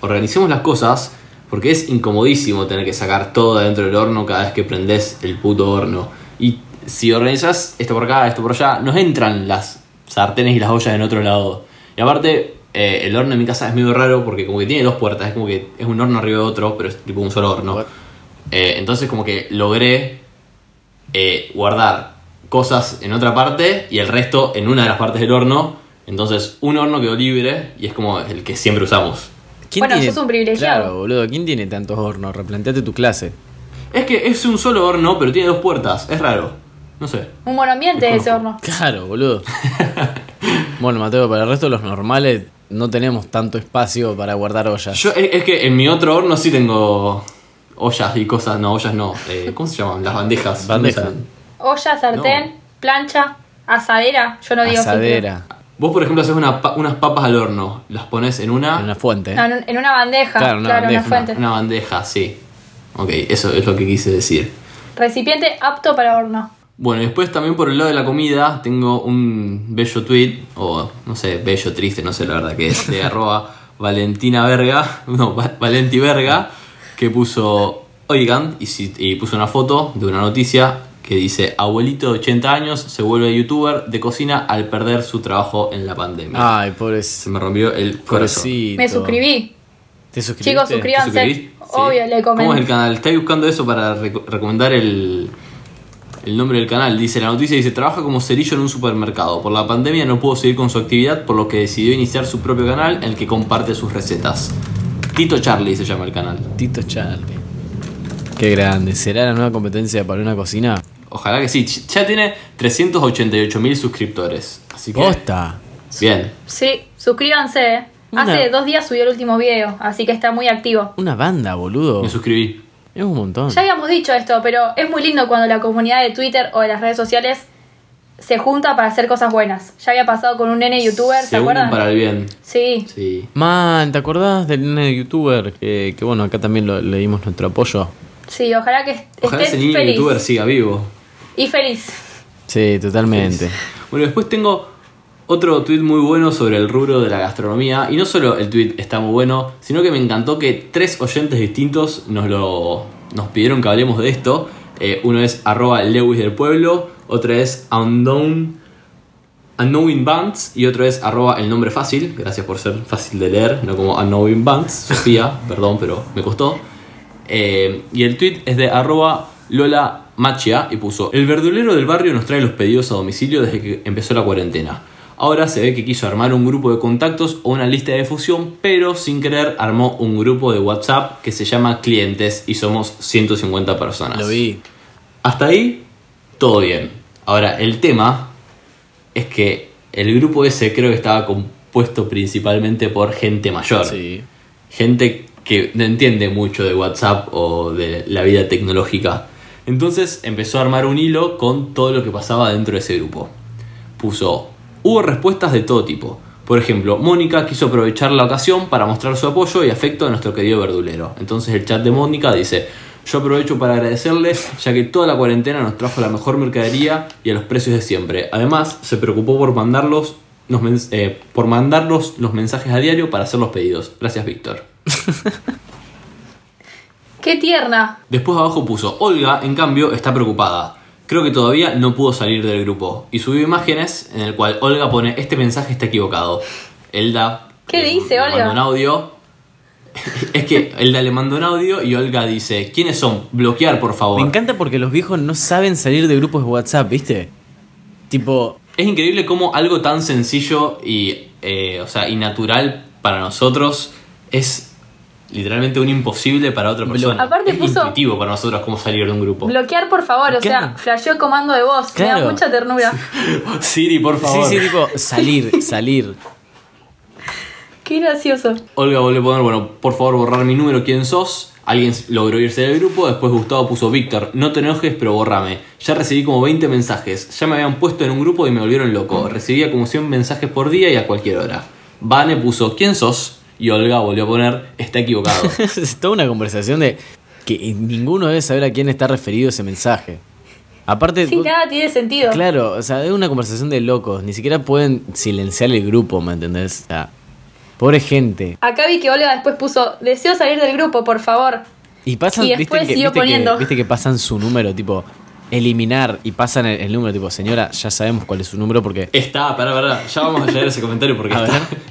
B: organicemos las cosas porque es incomodísimo tener que sacar todo de dentro del horno cada vez que prendés el puto horno. Y si organizás esto por acá, esto por allá, nos entran las sartenes y las ollas en otro lado. Y aparte, eh, el horno en mi casa es medio raro porque como que tiene dos puertas, es como que es un horno arriba de otro, pero es tipo un solo horno. Eh, entonces como que logré eh, guardar cosas en otra parte y el resto en una de las partes del horno. Entonces un horno quedó libre y es como el que siempre usamos.
C: Bueno, sos un privilegiado.
A: Claro, boludo. ¿Quién tiene tantos hornos? Replanteate tu clase.
B: Es que es un solo horno, pero tiene dos puertas. Es raro. No sé.
C: Un buen ambiente ese horno.
A: Claro, boludo. bueno, Mateo, para el resto de los normales no tenemos tanto espacio para guardar ollas.
B: Yo, es, es que en mi otro horno sí tengo ollas y cosas. No, ollas no. Eh, ¿Cómo se llaman? Las bandejas.
A: Bandeja.
B: ¿Cómo se llaman?
C: Olla, sartén, plancha, asadera. Yo no digo
A: Asadera.
B: Vos, por ejemplo, haces una pa- unas papas al horno. Las pones en una,
A: En una fuente.
C: simple. No, en- en una bandeja.
A: eh. Claro,
C: Claro,
A: una
C: una,
A: bandeja, una-
C: fuente.
B: una bandeja, sí. Ok, eso es lo que quise decir.
C: Recipiente apto para horno.
B: Bueno, y después también por el lado de la comida tengo un bello tweet, o no sé, bello triste, no sé la verdad que es, de arroba Valentina Verga, *laughs* no, Va- Valenti Verga, que puso, oigan, y, si- y puso una foto de una noticia que dice, abuelito de 80 años se vuelve youtuber de cocina al perder su trabajo en la pandemia.
A: Ay,
B: Se
A: pobrecito.
B: me rompió el corazón.
A: Ah. Pobrecito.
C: Me suscribí.
A: ¿Te suscribiste?
C: Chicos,
B: ¿Te
C: suscriban-
B: suscribiste?
C: Obvio, le comenté.
B: ¿Cómo es el canal? Estoy buscando eso para reco- recomendar el, el nombre del canal. Dice, la noticia dice, trabaja como cerillo en un supermercado. Por la pandemia no pudo seguir con su actividad, por lo que decidió iniciar su propio canal en el que comparte sus recetas. Tito Charlie se llama el canal.
A: Tito Charlie. Qué grande. ¿Será la nueva competencia para una cocina?
B: Ojalá que sí. Ch- Ya tiene 388 mil suscriptores. Así que...
A: Posta.
B: Bien.
C: Sí, suscríbanse. eh.
A: Una-
C: Hace dos días subió el último video, así que está muy activo.
A: Una banda, boludo.
B: Me suscribí.
A: Es un montón.
C: Ya habíamos dicho esto, pero es muy lindo cuando la comunidad de Twitter o de las redes sociales se junta para hacer cosas buenas. Ya había pasado con un nene youtuber, ¿se
B: Se unen
C: acuerdan?
B: para el bien.
C: Sí,
B: Sí.
A: Man, ¿te acordás del nene youtuber? Que, que bueno, acá también lo- le dimos nuestro apoyo.
C: sí, ojalá que est-
B: Ojalá ese
C: estés
B: niño
C: feliz.
B: youtuber siga vivo.
C: Y feliz.
A: Sí, totalmente.
B: *laughs* Bueno, después tengo otro tweet muy bueno sobre el rubro de la gastronomía. Y no solo el tweet está muy bueno, sino que me encantó que tres oyentes distintos nos lo nos pidieron que hablemos de esto. Eh, uno es arroba Lewis del Pueblo, otro es Unknown, Unknowing Bands y otro es arroba el nombre fácil. Gracias por ser fácil de leer, no como Unknowing Bands. Sofía, *laughs* perdón, pero me costó. Eh, y el tweet es de arroba Lola Machia y puso, el verdulero del barrio nos trae los pedidos a domicilio desde que empezó la cuarentena. Ahora se ve que quiso armar un grupo de contactos o una lista de difusión, pero sin querer armó un grupo de WhatsApp que se llama Clientes y somos 150 personas.
A: Lo vi.
B: Hasta ahí, todo bien. Ahora, el tema es que el grupo ese creo que estaba compuesto principalmente por gente mayor
A: Sí.
B: gente que no entiende mucho de WhatsApp o de la vida tecnológica. Entonces empezó a armar un hilo con todo lo que pasaba dentro de ese grupo. Puso, hubo respuestas de todo tipo. Por ejemplo, Mónica quiso aprovechar la ocasión para mostrar su apoyo y afecto a nuestro querido verdulero. Entonces el chat de Mónica dice, yo aprovecho para agradecerles ya que toda la cuarentena nos trajo la mejor mercadería y a los precios de siempre. Además, se preocupó por mandarlos, los mens- eh, por mandarnos los mensajes a diario para hacer los pedidos. Gracias, Víctor.
C: Qué tierna.
B: Después abajo puso, Olga, en cambio, está preocupada. Creo que todavía no pudo salir del grupo. Y subió imágenes en el cual Olga pone, este mensaje está equivocado. Elda...
C: ¿Qué
B: le-
C: dice
B: le
C: Olga?
B: mandó un audio. *laughs* es que Elda le mandó un audio y Olga dice, ¿quiénes son? Bloquear, por favor.
A: Me encanta porque los viejos no saben salir de grupos de WhatsApp, ¿viste? Tipo,
B: Es increíble cómo algo tan sencillo y, eh, o sea, y natural para nosotros es literalmente un imposible para otra persona.
C: Aparte
B: es
C: puso-
B: intuitivo para nosotros cómo salir de un grupo.
C: Bloquear, por favor, o sea,
A: Claro.
C: flasheó comando de voz. Me
A: Claro.
C: da mucha ternura.
B: Siri, por favor.
A: sí, sí, tipo, salir, salir.
C: Qué gracioso.
B: Olga volvió a poner, bueno, por favor borrar mi número, ¿quién sos? Alguien logró irse del grupo, después Gustavo puso Víctor, no te enojes, pero borrame. Ya recibí como 20 mensajes, ya me habían puesto en un grupo y me volvieron loco. Recibía como 100 mensajes por día y a cualquier hora. Vane puso, ¿quién sos? Y Olga volvió a poner, está
A: *laughs*
B: equivocado.
A: es toda una conversación de que ninguno debe saber a quién está referido ese mensaje. Aparte,
C: Sí,
A: vos-
C: nada tiene sentido.
A: claro, o sea, es una conversación de locos. Ni siquiera pueden silenciar el grupo, ¿me entendés? O sea, pobre gente.
C: Acá vi que Olga después puso, deseo salir del grupo, por favor.
A: Y pasan,
C: Y
A: viste,
C: después
A: que,
C: siguió
A: viste que-
C: poniendo.
A: viste que pasan su número, tipo, eliminar y pasan el, el número, tipo, señora, ya sabemos cuál es su número porque.
B: Está, pará, pará. Ya vamos a leer ese comentario porque
A: A
B: está.
A: ver.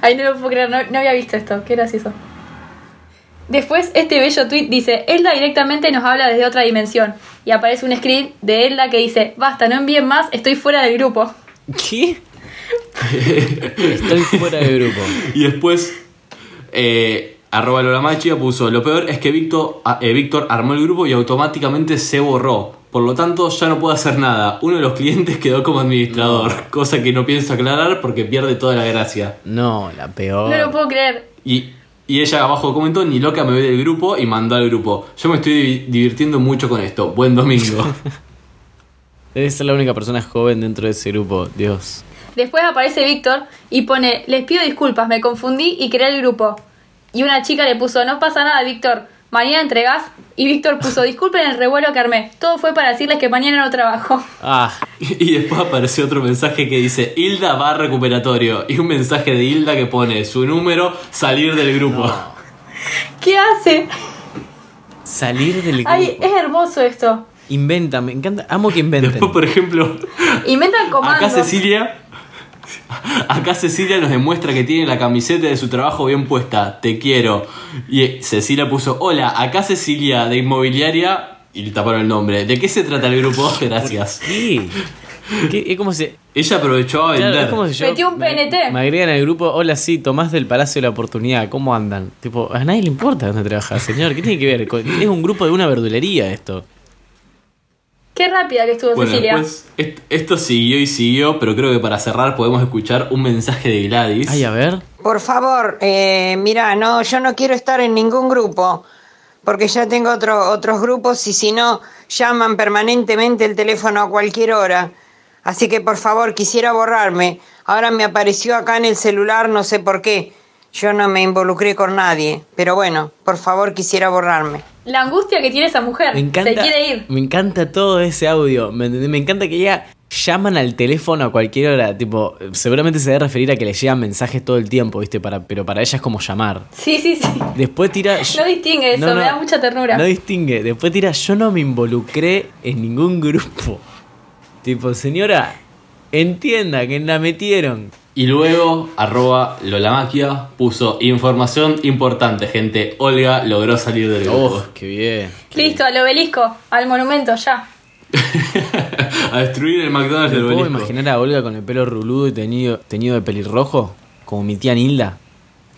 C: Ay, no lo puedo creer, no, no había visto esto, qué gracioso. Después, este bello tweet dice, Elda directamente nos habla desde otra dimensión. Y aparece un script de Elda que dice, basta, no envíen más, estoy fuera del grupo. *laughs*
A: ¿Qué? Estoy fuera de grupo.
B: Y después, eh, arroba Lola Machia puso, lo peor es que Víctor, a- eh, Víctor armó el grupo y automáticamente se borró. Por lo tanto, ya no puedo hacer nada. Uno de los clientes quedó como administrador, cosa que no pienso aclarar porque pierde toda la gracia.
A: No, la peor.
C: No lo puedo creer.
B: Y, y ella abajo comentó, ni loca me ve del grupo y mandó al grupo. Yo me estoy divi- divirtiendo mucho con esto. Buen domingo.
A: Debe ser la única persona joven dentro de ese grupo, Dios.
C: Después aparece Víctor y pone, les pido disculpas, me confundí y creé el grupo. Y una chica le puso, no pasa nada, Víctor, mañana entregás. Y Víctor puso, disculpen el revuelo que armé, todo fue para decirles que mañana no trabajo. *laughs*
A: Ah,
B: y después apareció otro mensaje que dice, Hilda va a recuperatorio. Y un mensaje de Hilda que pone su número, salir del grupo.
C: ¿Qué hace?
A: salir del grupo.
C: Ay, es hermoso esto.
A: Inventa, me encanta. Amo que inventen.
B: Después, por ejemplo,
C: Inventan
B: acá
C: comandos.
B: Cecilia. Acá Cecilia nos demuestra que tiene la camiseta de su trabajo bien puesta. Te quiero. Y eh, Cecilia puso: Hola, acá Cecilia de Inmobiliaria. Y le taparon el nombre. ¿De qué se trata el grupo? *laughs* Gracias.
A: Sí. ¿Qué- es como si.
B: Ella aprovechó a
A: Claro,
B: vender.
A: es como si yo.
C: Metí un
A: me-
C: PNT.
A: Me agregan al grupo. Hola, sí, Tomás del Palacio de la Oportunidad. ¿Cómo andan? Tipo, a nadie le importa dónde trabaja, señor. ¿Qué tiene que ver? Con- Es un grupo de una verdulería esto.
C: Qué rápida que estuvo
B: Bueno,
C: Cecilia.
B: después, est- esto siguió y siguió, pero creo que para cerrar podemos escuchar un mensaje de Gladys.
A: Ay, a ver.
D: Por favor, eh, mira, no, yo no quiero estar en ningún grupo, porque ya tengo otro- otros grupos y si no, llaman permanentemente el teléfono a cualquier hora. Así que por favor, quisiera borrarme. Ahora me apareció acá en el celular, no sé por qué. Yo no me involucré con nadie, pero bueno, por favor, quisiera borrarme.
C: La angustia que tiene esa mujer.
A: Me encanta.
C: Se quiere ir.
A: Me encanta todo ese audio. Me, entendés? me encanta que ella llaman al teléfono a cualquier hora. Tipo, seguramente se debe referir a que le llegan mensajes todo el tiempo, ¿viste? Para, pero para ella es como llamar.
C: Sí, sí, sí.
A: Después tira.
C: No distingue eso, me da mucha ternura.
A: No distingue. Después tira, yo no me involucré en ningún grupo. *laughs* Tipo, señora, entienda que la metieron.
B: Y luego, arroba Lolamaquia puso información importante, gente. Olga logró salir del grupo.
A: Oh, qué bien.
C: Listo, al obelisco, al monumento, ya.
B: a destruir el McDonald's
A: ¿Te
B: del
A: puedo
B: obelisco.
A: imaginar a Olga con el pelo ruludo y teñido, teñido de pelirrojo? Como mi tía Nilda.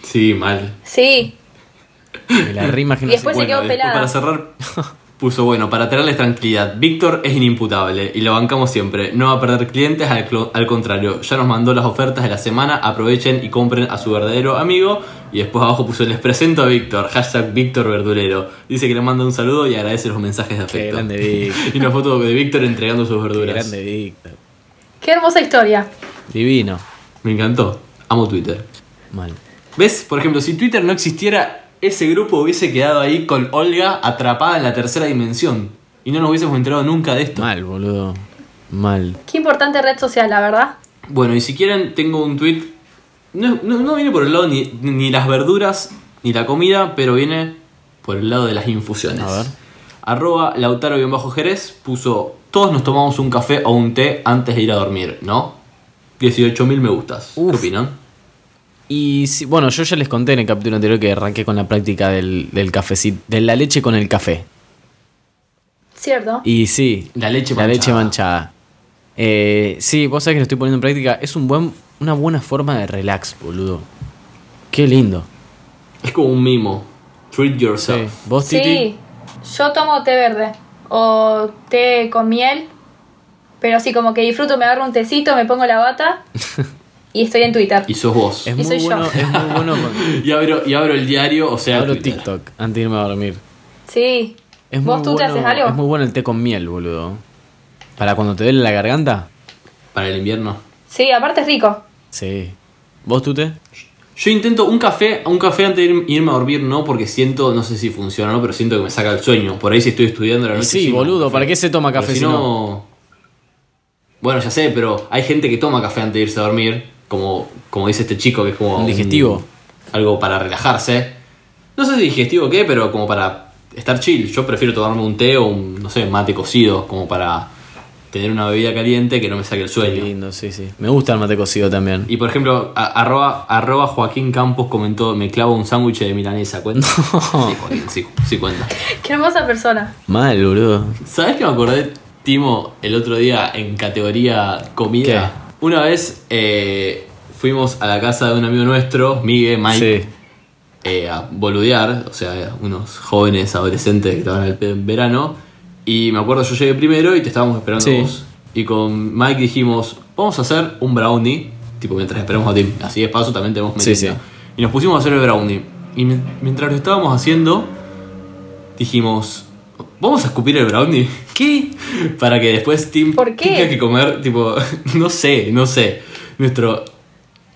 B: Sí, mal.
C: Sí.
A: Me la reimagino.
C: Y después
A: así.
C: Pues se quedó
B: después
C: pelada.
B: para cerrar, *laughs* puso bueno, para traerles tranquilidad. Víctor es inimputable y lo bancamos siempre. No va a perder clientes, al, clo- al contrario. Ya nos mandó las ofertas de la semana. Aprovechen y compren a su verdadero amigo. Y después abajo puso, les presento a Víctor. Hashtag Víctor Verdulero. Dice que le manda un saludo y agradece los mensajes de
A: Qué
B: afecto. *laughs*
A: grande Víctor.
B: y una foto de Víctor entregando sus
A: Qué
B: verduras.
A: grande Víctor.
C: Qué hermosa historia.
A: Divino.
B: Me encantó. Amo Twitter.
A: Mal.
B: ¿Ves? Por ejemplo, si Twitter no existiera, ese grupo hubiese quedado ahí con Olga atrapada en la tercera dimensión. Y no nos hubiésemos enterado nunca de esto.
A: Mal, boludo. Mal.
C: Qué importante red social, la verdad.
B: Bueno, y si quieren, tengo un tweet. No, no- no viene por el lado ni, ni las verduras ni la comida, pero viene por el lado de las infusiones.
A: A ver.
B: Arroba Lautaro-Jerez puso: Todos nos tomamos un café o un té antes de ir a dormir, ¿no? 18.000 me gustas.
A: Uf.
B: ¿Qué opinan?
A: Y sí, bueno, yo ya les conté en el capítulo anterior que arranqué con la práctica del, del cafecito, de la leche con el café.
C: ¿Cierto?
A: Y sí,
B: La leche
A: La
B: manchada.
A: leche manchada. Eh, sí, vos sabés que lo estoy poniendo en práctica. Es un buen, una buena forma de relax, boludo. Qué lindo.
B: Es como un mimo. Treat yourself.
A: Sí. ¿Vos, Titi?
C: Sí. Yo tomo té verde o té con miel. Pero sí, como que disfruto, me agarro un tecito, me pongo
A: *laughs*
C: la bata y estoy en Twitter.
B: Y sos vos.
A: Es
C: Y
A: muy
C: soy yo.
A: bueno, es muy bueno
B: *laughs*
A: con-
B: Y abro, y abro el diario, o sea,
A: Abro
B: Twitter.
A: TikTok antes de irme a dormir.
C: Sí.
A: Es
C: ¿Vos
A: muy
C: tú te
A: bueno-
C: haces algo?
A: Es muy bueno el té con miel, boludo. Para cuando te duele la garganta.
B: Para el invierno.
C: Sí, aparte es rico. *laughs*
A: Sí. ¿Vos, Tute?
B: Yo intento un café, un café antes de ir- irme a dormir, no, porque siento, no sé si funciona o no, pero siento que me saca el sueño. Por ahí si estoy estudiando a la
A: Y
B: noche.
A: sí,
B: me
A: boludo,
B: hago
A: ¿para qué se toma
B: Pero
A: café
B: si
A: si no?
B: no- Bueno, ya sé, pero hay gente que toma café antes de irse a dormir, como, como dice este chico, que es como.
A: Un digestivo.
B: algo para relajarse. No sé si digestivo o qué, pero como para estar chill. Yo prefiero tomarme un té o un, no sé, mate cocido, como para tener una bebida caliente que no me saque el
A: Qué
B: sueño.
A: lindo, sí, sí. Me gusta el mate cocido también.
B: Y por ejemplo, a- arroba, arroba Joaquín Campos comentó, me clavo un sándwich de milanesa, ¿cuenta? Sí, Joaquín, sí, sí cuenta.
C: Qué hermosa persona.
A: Mal, boludo.
B: ¿Sabes que me acordé, Timo, el otro día en categoría comida? Una vez eh, fuimos a la casa de un amigo nuestro, Miguel, Mike,
A: Sí.
B: eh, a boludear, o sea, unos jóvenes adolescentes que estaban al pedo en verano. Y me acuerdo, yo llegué primero y te estábamos esperando
A: Sí.
B: vos. Y con Mike dijimos, vamos a hacer un brownie, tipo mientras esperamos a ti. Así de paso también tenemos
A: Sí,
B: merienda. Y nos pusimos a hacer el brownie. Y mi- mientras lo estábamos haciendo, dijimos, vamos a escupir
A: *laughs*
B: el brownie. ¿Qué? *laughs* Para que después Tim
C: ¿Por qué?
B: tenga que comer, tipo, *laughs* no sé, no sé. Nuestro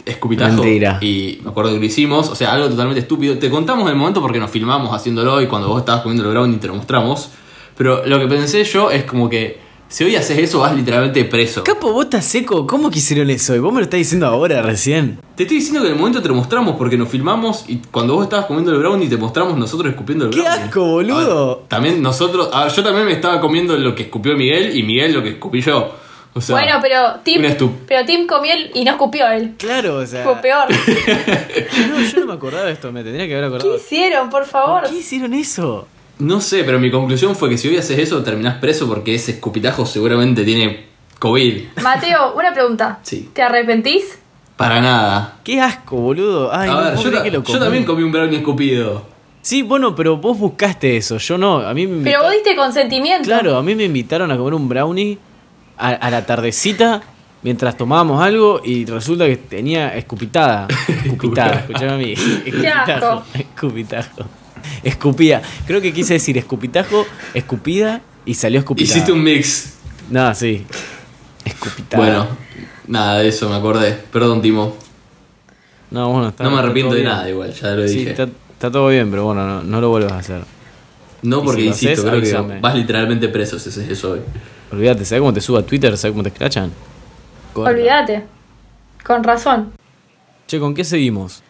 B: escupitajo.
A: Mentira.
B: Y me acuerdo que lo hicimos, o sea, algo totalmente estúpido. Te contamos en el momento porque nos filmamos haciéndolo y cuando vos estabas comiendo el brownie te lo mostramos. Pero lo que pensé yo es como que si hoy haces eso vas literalmente preso.
A: Capo, vos estás seco. ¿Cómo que hicieron eso? Y vos me lo estás diciendo ahora, recién.
B: Te estoy diciendo que en el momento te lo mostramos porque nos filmamos y cuando vos estabas comiendo el brownie te mostramos nosotros escupiendo el
A: ¡Qué
B: brownie.
A: asco, boludo!
B: A ver, también nosotros, a ver, yo también me estaba comiendo lo que escupió Miguel y Miguel lo que escupí yo. O sea,
C: bueno, pero Tim,
B: una estu-
C: pero Tim comió el- y no escupió él.
A: Claro, o sea.
C: Fue peor. ¿Qué
A: No, yo no me acordaba de esto, me tendría que haber acordado.
C: hicieron, por favor?
A: ¿Por qué hicieron eso?
B: No sé, pero mi conclusión fue que si hoy haces eso terminás preso porque ese escupitajo seguramente tiene COVID.
C: Mateo, una pregunta.
B: Sí.
C: ¿Te arrepentís?
B: Para nada.
A: ¡Qué asco, boludo! Ay,
B: a
A: no
B: ver,
A: puedo
B: yo,
A: creer
B: ta-
A: que lo
B: yo
A: comí.
B: también comí un brownie escupido.
A: Sí, bueno, pero vos buscaste eso, yo no. A mí me
C: Pero
A: invita-
C: vos diste consentimiento.
A: Claro, a mí me invitaron a comer un brownie a, a la tardecita mientras tomábamos algo y resulta que tenía
B: *laughs*
A: escupitada. Escupitada, escuchame a mí. Escupitajo.
C: asco.
A: Escupitajo. Escupía. Creo que quise decir escupitajo, escupida y salió escupitada.
B: Hiciste un mix.
A: No, sí. Escupitada.
B: Bueno, nada de eso me acordé. Perdón, Timo.
A: No, bueno, está-
B: no me
A: está
B: arrepiento
A: todo
B: de
A: bien.
B: nada igual, ya lo
A: Sí,
B: dije.
A: está, está todo bien, pero bueno, no, no lo vuelvas a hacer.
B: No
A: y
B: porque,
A: si lo
B: insisto,
A: haces,
B: creo que
A: avísame.
B: vas literalmente preso si haces eso hoy.
A: Olvídate, ¿sabes cómo te suba a Twitter? ¿Sabes cómo te escrachan? Corta.
C: Olvídate. Con razón.
A: Che, ¿con qué seguimos?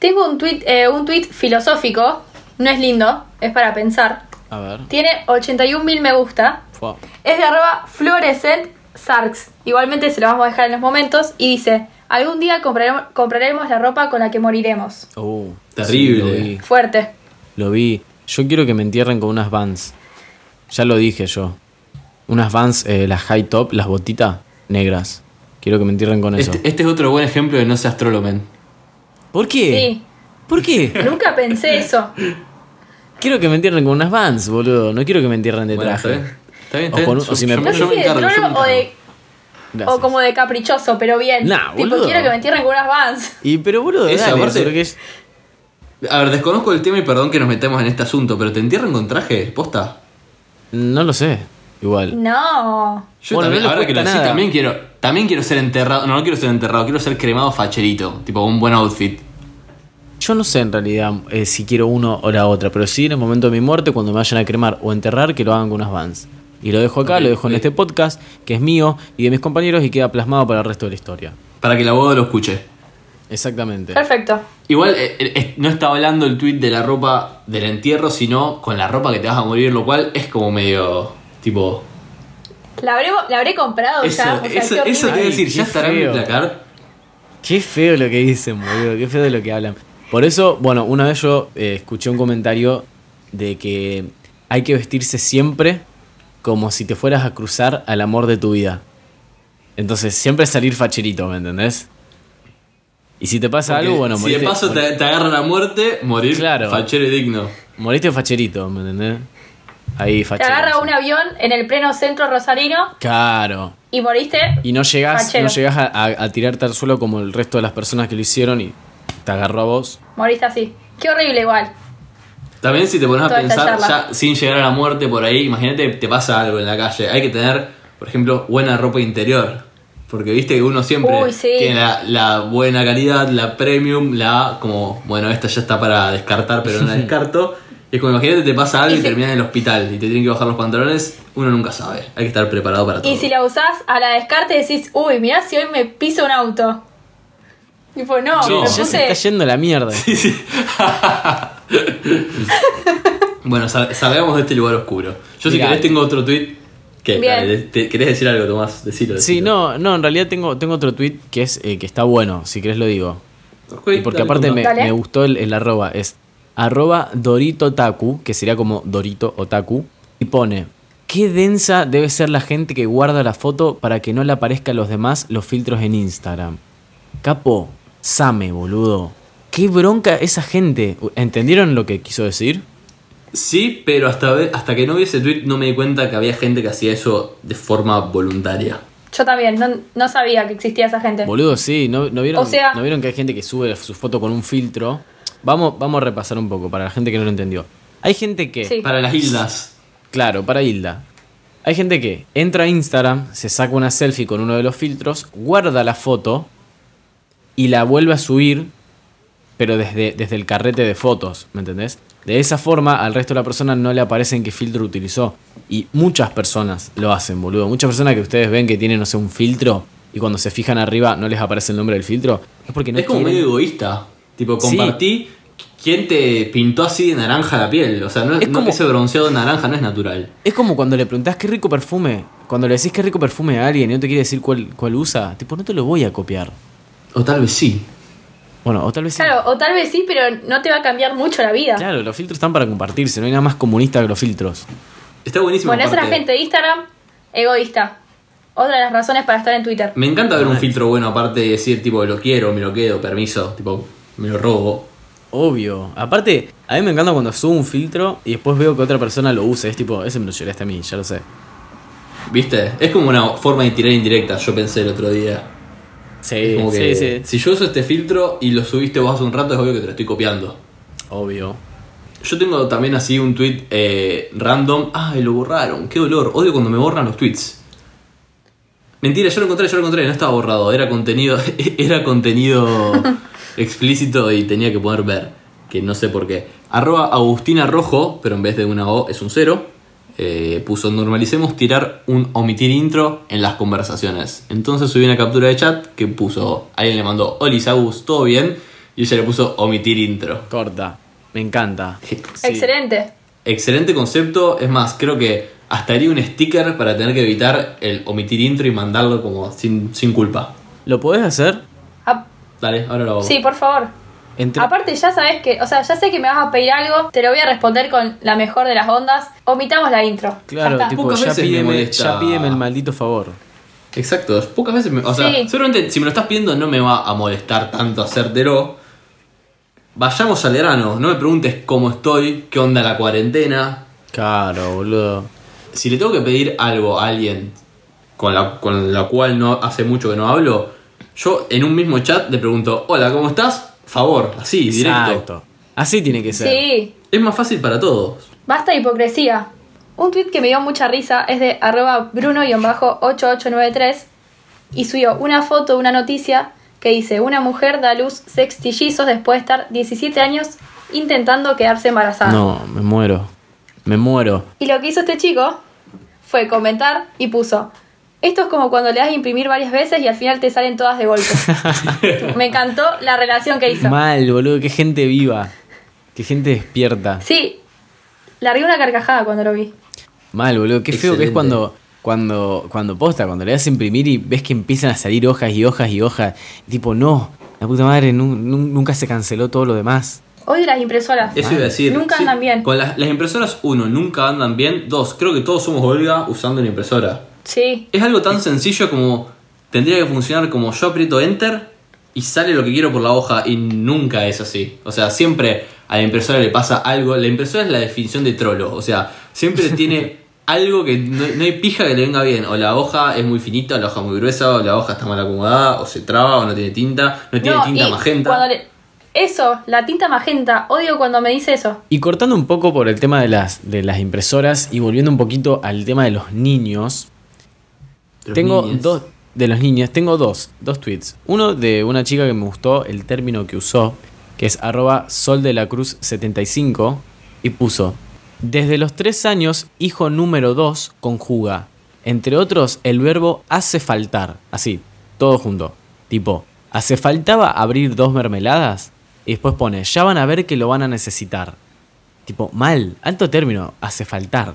C: Tengo un tweet, un tweet filosófico. No es lindo, es para pensar.
A: A ver.
C: Tiene 81.000 me gusta.
A: Fua.
C: Es de arroba fluorescent sarx. Igualmente se lo vamos a dejar en los momentos. Y dice, algún día compraremos, compraremos la ropa con la que moriremos.
A: Oh,
B: Terrible.
A: sí,
C: Fuerte.
A: lo, vi, lo vi. Yo quiero que me entierren con unas vans. Ya lo dije yo. Unas vans, eh, las high top, las botitas negras. Quiero que me entierren con eso.
B: Este, eh, este es otro buen ejemplo de no ser astrolomen.
A: ¿Por qué?
C: Sí.
A: ¿Por qué?
C: Nunca pensé eso.
A: *laughs* Quiero que me entierren con unas vans, boludo. No quiero que me entierren de
B: Bueno, está
A: traje.
B: bien. Está
A: O
B: bien, está bien.
A: con un-
B: Yo-
A: o si me-
B: yo-
C: No sé
B: yo
C: si de
B: encargo, yo
C: trolo o, de-
A: Gracias.
C: o como de caprichoso, pero bien.
A: Nah,
C: tipo,
A: boludo.
C: quiero que me entierren con unas vans.
A: Y pero boludo,
B: Eso,
A: dale,
B: aparte-
A: porque es-
B: A ver, desconozco el tema y perdón que nos metemos en este asunto, pero ¿te entierran con traje? ¿Posta?
A: no lo sé. Igual.
C: No.
B: Yo
A: Bueno, no
B: también,
A: les
B: ahora que lo
A: cuesta
B: decís,
A: nada.
B: también quiero, también quiero ser enterrado. No, no quiero ser enterrado, quiero ser cremado facherito. Tipo, un buen outfit.
A: Yo no sé en realidad eh, si quiero uno o la otra, pero sí en el momento de mi muerte, cuando me vayan a cremar o enterrar, que lo hagan con unas vans. Y lo dejo acá,
B: Ok,
A: lo dejo en
B: ok.
A: este podcast, que es mío y de mis compañeros y queda plasmado para el resto de la historia.
B: Para que el abogado lo escuche.
A: Exactamente.
C: Perfecto.
B: Igual eh, eh, no está hablando el tweet de la ropa del entierro, sino con la ropa que te vas a morir, lo cual es como medio. Tipo.
C: La habré, la habré comprado
B: Eso,
C: ya. O sea,
B: eso,
C: qué horrible.
B: eso te iba a
A: Ay,
B: decir, ya
A: qué
B: estará en mi
A: feo.
B: placar.
A: Qué feo lo que dicen, boludo, qué feo de lo que hablan. Por eso, bueno, una vez yo eh, escuché un comentario de que hay que vestirse siempre como si te fueras a cruzar al amor de tu vida. Entonces, siempre salir facherito, ¿me entendés? Y si te pasa algo, bueno,
B: si de
A: moriste,
B: paso te, te agarra la muerte, morir
A: Claro.
B: fachero y digno.
A: moriste facherito, ¿me entendés? Ahí,
C: Te
A: fachero.
C: agarra
A: sí.
C: un avión en el pleno centro rosarino
A: Claro.
C: y moriste.
A: Y no llegás,
C: Fachero.
A: no llegás a, a- a tirarte al suelo como el resto de las personas que lo hicieron y te agarró a vos.
C: Moriste así. Qué horrible igual.
B: También si te pones a
C: Toda esta
B: pensar
C: charla.
B: ya sin llegar a la muerte por ahí, imagínate te pasa algo en la calle. Hay que tener, por ejemplo, buena ropa interior. Porque viste que uno siempre
C: Uy, sí.
B: tiene la, la buena calidad, la premium, la como, bueno, esta ya está para descartar, pero
A: *laughs*
B: no la descarto. Y es como, imagínate, te pasa algo
C: Y
B: y,
C: si-
B: terminas en el hospital y te tienen que bajar los pantalones. Uno nunca sabe, hay que estar preparado para todo.
C: Y si la usás a la descarte decís, uy, mirá si hoy me piso un auto. Tipo, no,
A: Che,
C: me
A: ya se está
C: puse.
A: yendo la *laughs* mierda.
B: Bueno, sal- salgamos de este lugar oscuro. Yo,
A: Mirá.
B: si querés, tengo otro tweet. ¿Qué?
C: Bien.
B: Dale, te- ¿Querés decir algo, Tomás? Decilo.
A: Sí,
B: decilo.
A: no, no, en realidad tengo, tengo otro tweet que es eh, que está bueno, si querés lo digo.
B: Ok,
A: Y porque
B: dale,
A: aparte me,
B: Tomás.
C: Dale.
A: me gustó el, el arroba, es arroba Dorito Otaku, que sería como Dorito Otaku, y pone, qué densa debe ser la gente que guarda la foto para que no le aparezca a los demás los filtros en Instagram. Capo, same, boludo. Qué bronca esa gente. ¿Entendieron lo que quiso decir?
B: Sí, pero hasta, ve- hasta que no vi ese tweet no me di cuenta que había gente que hacía eso de forma voluntaria.
C: Yo también, no, no sabía que existía esa gente.
A: Boludo, sí, ¿no, no vieron,
C: O sea-
A: ¿no vieron que hay gente que sube su foto con un filtro? Vamos, vamos a repasar un poco para la gente que no lo entendió. Hay gente que,
C: Sí.
B: Para las hildas.
A: claro, para Hilda, hay gente que entra a Instagram, se saca una selfie con uno de los filtros, guarda la foto y la vuelve a subir, pero desde, desde el carrete de fotos, ¿me entendés? De esa forma al resto de la persona no le aparecen qué filtro utilizó. Y muchas personas lo hacen, boludo. Muchas personas que ustedes ven que tienen, no sé, un filtro y cuando se fijan arriba no les aparece el nombre del filtro, es porque no
B: es como
A: quieren-
B: medio egoísta. Tipo,
A: Sí.
B: compartí quién te pintó así de naranja la piel. O sea, no,
A: Es
B: no-
A: como-
B: ese bronceado de naranja no es natural.
A: Es como cuando le preguntás qué rico perfume. Cuando le decís qué rico perfume a alguien y no te quiere decir cuál, cuál usa, tipo, no te lo voy a copiar.
B: O tal vez sí.
A: Bueno, o tal vez sí.
C: Claro, o tal vez sí, pero no te va a cambiar mucho la vida.
A: Claro, los filtros están para compartirse, no hay nada más comunista que los filtros.
B: Está buenísimo.
C: Bueno, esa es la
B: aparte.
C: gente de Instagram egoísta. Otra de las razones para estar en Twitter.
B: Me encanta ver un filtro bueno aparte de decir, tipo, lo quiero, me lo quedo, permiso. Tipo, me lo robo.
A: Obvio. Aparte, a mí me encanta cuando subo un filtro y después veo que otra persona lo usa. Es tipo, ese me lo lloraste a mí, ya lo sé.
B: ¿Viste? Es como una forma de tirar indirecta, yo pensé el otro día.
A: Sí,
B: Como
A: sí,
B: que,
A: sí.
B: Si yo uso este filtro y lo subiste vos hace un rato, es obvio que te lo estoy copiando.
A: Obvio.
B: Yo tengo también así un tweet eh, random. Ay, lo borraron, qué dolor. Odio cuando me borran los tweets. Mentira, yo lo encontré, yo lo encontré, no estaba borrado, era contenido, *laughs* era contenido explícito y tenía que poder ver, que no sé por qué. Arroba Agustina Rojo, pero en vez de una O es un cero. eh, puso normalicemos tirar un omitir intro en las conversaciones. Entonces subí una captura de chat que puso, alguien le mandó, Oli, Agus, todo bien, y ella le puso omitir intro.
A: Corta. Me encanta. Sí.
C: Excelente.
B: Excelente concepto, es más, creo que hasta haría un sticker para tener que evitar el omitir intro y mandarlo como sin, sin culpa.
A: ¿Lo podés hacer?
C: Ah,
B: Dale, ahora
A: Oh.
B: lo hago.
C: sí, por favor.
A: Entra-
C: Aparte, ya sabes que, o sea, ya sé que me vas a pedir algo, te lo voy a responder con la mejor de las ondas. Omitamos la intro.
A: Claro,
C: Ya está.
A: tipo,
B: Pocas
A: ya
B: veces me
A: pídeme,
B: molesta.
A: ya pídeme el maldito favor.
B: Exacto, pocas veces me. O sea,
C: Sí.
B: seguramente si me lo estás pidiendo no me va a molestar tanto hacértelo. Vayamos al grano, no me preguntes cómo estoy, qué onda la cuarentena.
A: Claro, boludo.
B: Si le tengo que pedir algo a alguien con la, con la cual no hace mucho que no hablo, yo en un mismo chat le pregunto, hola, ¿cómo estás? Favor, así, directo.
A: Exacto. Así tiene que ser.
C: Sí,
B: Es más fácil para todos.
C: basta de hipocresía. Un tweet que me dio mucha risa es de arroba bruno-8893 y subió una foto de una noticia que dice una mujer da a luz sextillizos después de estar 17 años intentando quedarse embarazada.
A: No, me muero. Me muero.
C: Y lo que hizo este chico fue comentar y puso, esto es como cuando le das a imprimir varias veces y al final te salen todas
A: *laughs*
C: de golpe. Me encantó la relación que hizo.
A: Mal, boludo. Qué gente viva. Qué gente despierta.
C: Sí, largué una carcajada cuando lo vi.
A: Mal, boludo. Qué feo que es
B: Excelente.
A: cuando, cuando, cuando posta, cuando le das a imprimir y ves que empiezan a salir hojas y hojas y hojas. Y tipo, no, la puta madre, nu- nu- nunca se canceló todo lo demás.
C: Odio las impresoras.
B: Eso iba a decir.
C: Nunca
B: Sí,
C: andan bien.
B: Con las, las impresoras, uno, nunca andan bien. Dos, creo que todos somos Olga usando una impresora.
C: Sí,
B: Es algo tan sencillo como tendría que funcionar como yo aprieto Enter y sale lo que quiero por la hoja y nunca es así. O sea, siempre a la impresora le pasa algo. La impresora es la definición de trolo. O sea, siempre tiene algo que no, no hay pija que le venga bien. O la hoja es muy finita, o la hoja muy gruesa, o la hoja está mal acomodada, o se traba, o no tiene tinta, no tiene
C: No,
B: tinta
C: y
B: magenta.
C: cuando le- Eso, la tinta magenta. Odio cuando me dice eso.
A: Y cortando un poco por el tema de las, de las impresoras y volviendo un poquito al tema de los niños,
B: Pero
A: tengo
B: niñas.
A: dos, de los niños, tengo dos, dos tweets. Uno de una chica que me gustó el término que usó, que es arroba sol de la cruz 75, y puso, desde los tres años, hijo número 2 conjuga, entre otros, el verbo hace faltar, así, todo junto, tipo, hace faltaba abrir dos mermeladas, y después pone, ya van a ver que lo van a necesitar. Tipo, mal, alto término, hace faltar.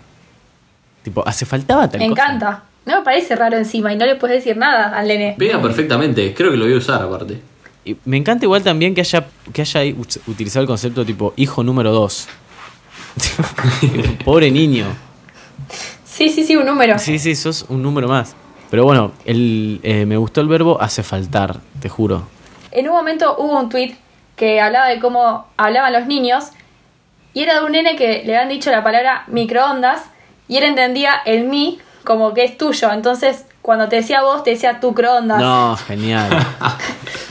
A: Tipo, hace faltaba tal
C: Me
A: cosa.
C: encanta. No me parece raro encima y no le puedes decir nada al nene.
B: Pega perfectamente, creo que lo voy a usar aparte.
A: Y me encanta igual también que haya, que haya ahí ut- utilizado el concepto tipo hijo número 2. Pobre niño.
C: Sí, sí, sí, un número.
A: Sí, sí, sos un número más. Pero bueno, el, eh, me gustó el verbo hace faltar, te juro.
C: En un momento hubo un tweet que hablaba de cómo hablaban los niños y era de un nene que le habían dicho la palabra microondas y él entendía el mi como que es tuyo. Entonces, cuando te decía vos, te decía tu croondas.
A: No, genial.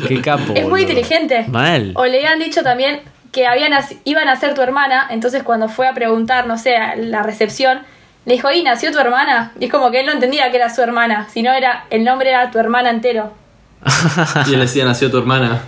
A: Qué capo.
C: es muy
A: boludo.
C: inteligente.
A: Mal.
C: O le habían dicho también que habían nac- iban a ser tu hermana, entonces cuando fue a preguntar, no sé, a la recepción, le dijo, ¿y nació tu hermana? Y es como que él no entendía que era su hermana, sino era, el nombre era tu hermana entero.
B: Y él decía, nació tu hermana.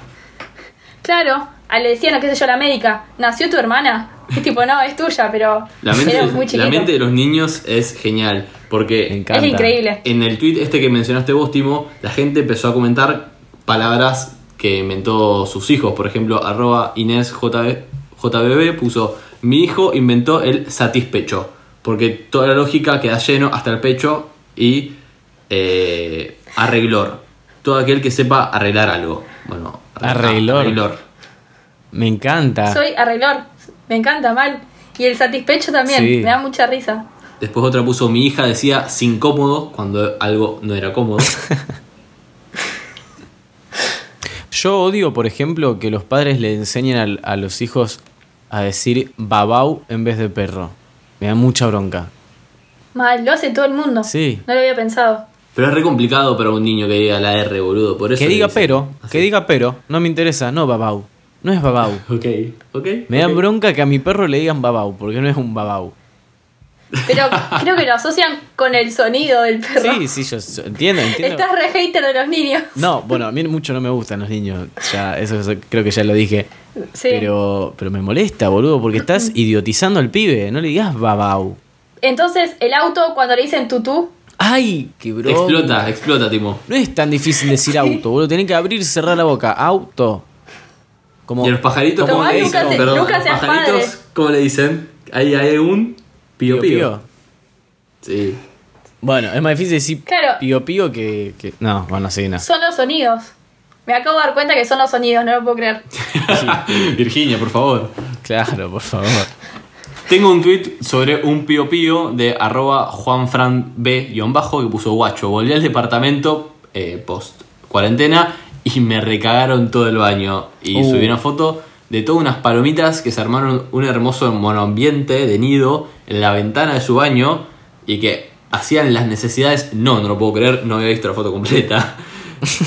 C: Claro, a- le decían, qué sé yo, la médica, ¿nació tu hermana? *laughs* Es tipo, no, es tuya, pero
B: La mente,
C: era muy chiquito.
B: la mente de los niños es genial,
A: Me
B: porque
C: es
A: encanta.
C: increíble.
B: en el tweet este que mencionaste vos, Timo, la gente empezó a comentar palabras que inventó sus hijos. Por ejemplo, arroba Inés JB JBB puso, mi hijo inventó el satispecho, porque toda la lógica queda lleno hasta el pecho y eh, arreglor. Todo aquel que sepa arreglar algo. Bueno,
A: Arreglor. Me encanta.
C: Soy arreglor, me encanta, mal. Y el satisfecho también,
A: Sí.
C: me da mucha risa.
B: Después otra puso, mi hija decía sin cómodo cuando algo no era
A: *laughs*
B: cómodo.
A: Yo odio, por ejemplo, que los padres le enseñen al- a, los hijos a decir babau en vez de perro. Me da mucha bronca.
C: Mal, lo hace todo el mundo.
A: Sí.
C: No lo había pensado.
B: Pero es re complicado para un niño que diga la R, boludo. Por eso
A: Que
B: le
A: diga
B: dicen
A: pero,
B: así.
A: que diga pero, no me interesa, no babau. No es babau.
B: Ok, ok.
A: Me da
B: ok.
A: bronca que a mi perro le digan babau, porque no es un babau. *laughs*
C: Pero creo que lo asocian con el sonido del perro. *laughs*
A: Sí, sí, yo s- entiendo, entiendo.
C: Estás re hater de los niños.
A: No, bueno, a mí mucho no me gustan los niños. Ya, eso, eso creo que ya lo dije.
C: Sí.
A: Pero, pero me molesta, boludo, porque estás idiotizando al pibe. No le digas babau.
C: Entonces, el auto, cuando le dicen tutú,
A: ¡Ay! ¡Qué bronca!
B: Explota, explota, Timo.
A: No es tan difícil decir auto, boludo. Tenés que abrir y cerrar la boca. Auto. Como,
B: ¿Y a los pajaritos
C: Tomás,
B: cómo le
C: nunca
B: dicen?
C: se-
B: Perdón,
C: nunca
B: ¿los
C: seas
B: pajaritos
C: padre.
B: cómo le dicen? Ahí hay un
A: pío,
B: pío
A: pío.
B: pío. Sí.
A: Bueno, es más difícil decir
C: Claro.
A: pío pío que, que- No, bueno, sí, no.
C: son los sonidos. Me acabo de dar cuenta que son los sonidos, no lo puedo creer.
B: Virginia, por favor.
A: Claro, por favor.
B: Tengo un tweet sobre un pío pío de arroba juanfranb-bajo que puso guacho. Volví al departamento eh, post cuarentena y me recagaron todo el baño. Y
A: Uh.
B: subí una foto de todas unas palomitas que se armaron un hermoso monoambiente de nido en la ventana de su baño y que hacían las necesidades. No, no lo puedo creer, no había visto la foto completa.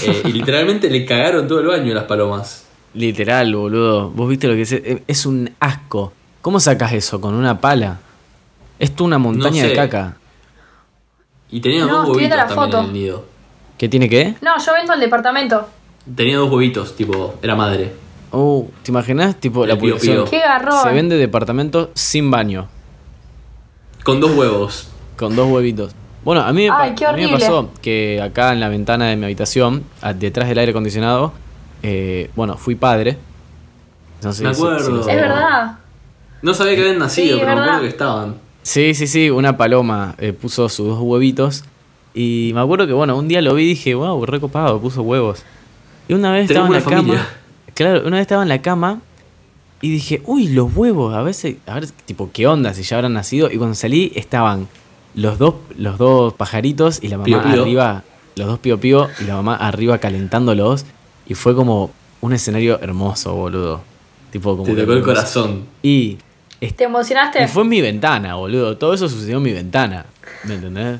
B: Eh, y literalmente le cagaron todo el baño las palomas.
A: Literal, boludo. Vos viste lo que es. eh, Es un asco. ¿Cómo sacás eso? ¿Con una pala? Es tú una montaña
B: sé.
A: de caca.
B: Y tenía
C: No,
B: dos
C: estoy viendo
B: huevitos
C: la
B: también
C: foto.
B: en el nido.
A: ¿Qué tiene que?
C: No, yo vendo el departamento.
B: Tenía dos huevitos, tipo, era madre.
A: Oh, ¿te imaginas? Tipo,
B: El
A: la
B: pío
A: publicación.
B: pío.
C: Qué garrón.
A: Se vende departamento sin baño.
B: Con dos huevos.
A: Con dos huevitos. Bueno, a mí, me pa-
C: Ay, qué
A: a mí me
C: horrible.
A: pasó que acá en la ventana de mi habitación, a- detrás del aire acondicionado, eh, bueno, fui padre. No sé
B: Me
A: si- si lo
B: acuerdo.
C: Es
A: sabían.
C: verdad.
B: No sabía que habían nacido,
C: Sí,
B: pero me acuerdo
C: ¿verdad?
B: que estaban.
A: Sí, sí, sí, una paloma eh, puso sus dos huevitos. Y me acuerdo que, bueno, un día lo vi y dije, wow, recopado, puso huevos. Y una vez estaba
B: Tenemos una
A: en la
B: familia.
A: cama. Claro, una vez estaba en la cama y dije, uy, los huevos, a ver, si- a ver, tipo, ¿qué onda si ya habrán nacido? Y cuando salí estaban los dos, los dos pajaritos y la mamá
B: Pío, pío.
A: arriba, los dos pío pío y la mamá arriba calentándolos. Y fue como un escenario hermoso, boludo. Tipo, como
B: Te
A: que
B: tocó el
A: me-
B: corazón.
A: Y
C: ¿Te emocionaste?
A: y fue en mi ventana, boludo. Todo eso sucedió en mi ventana. ¿Me entendés?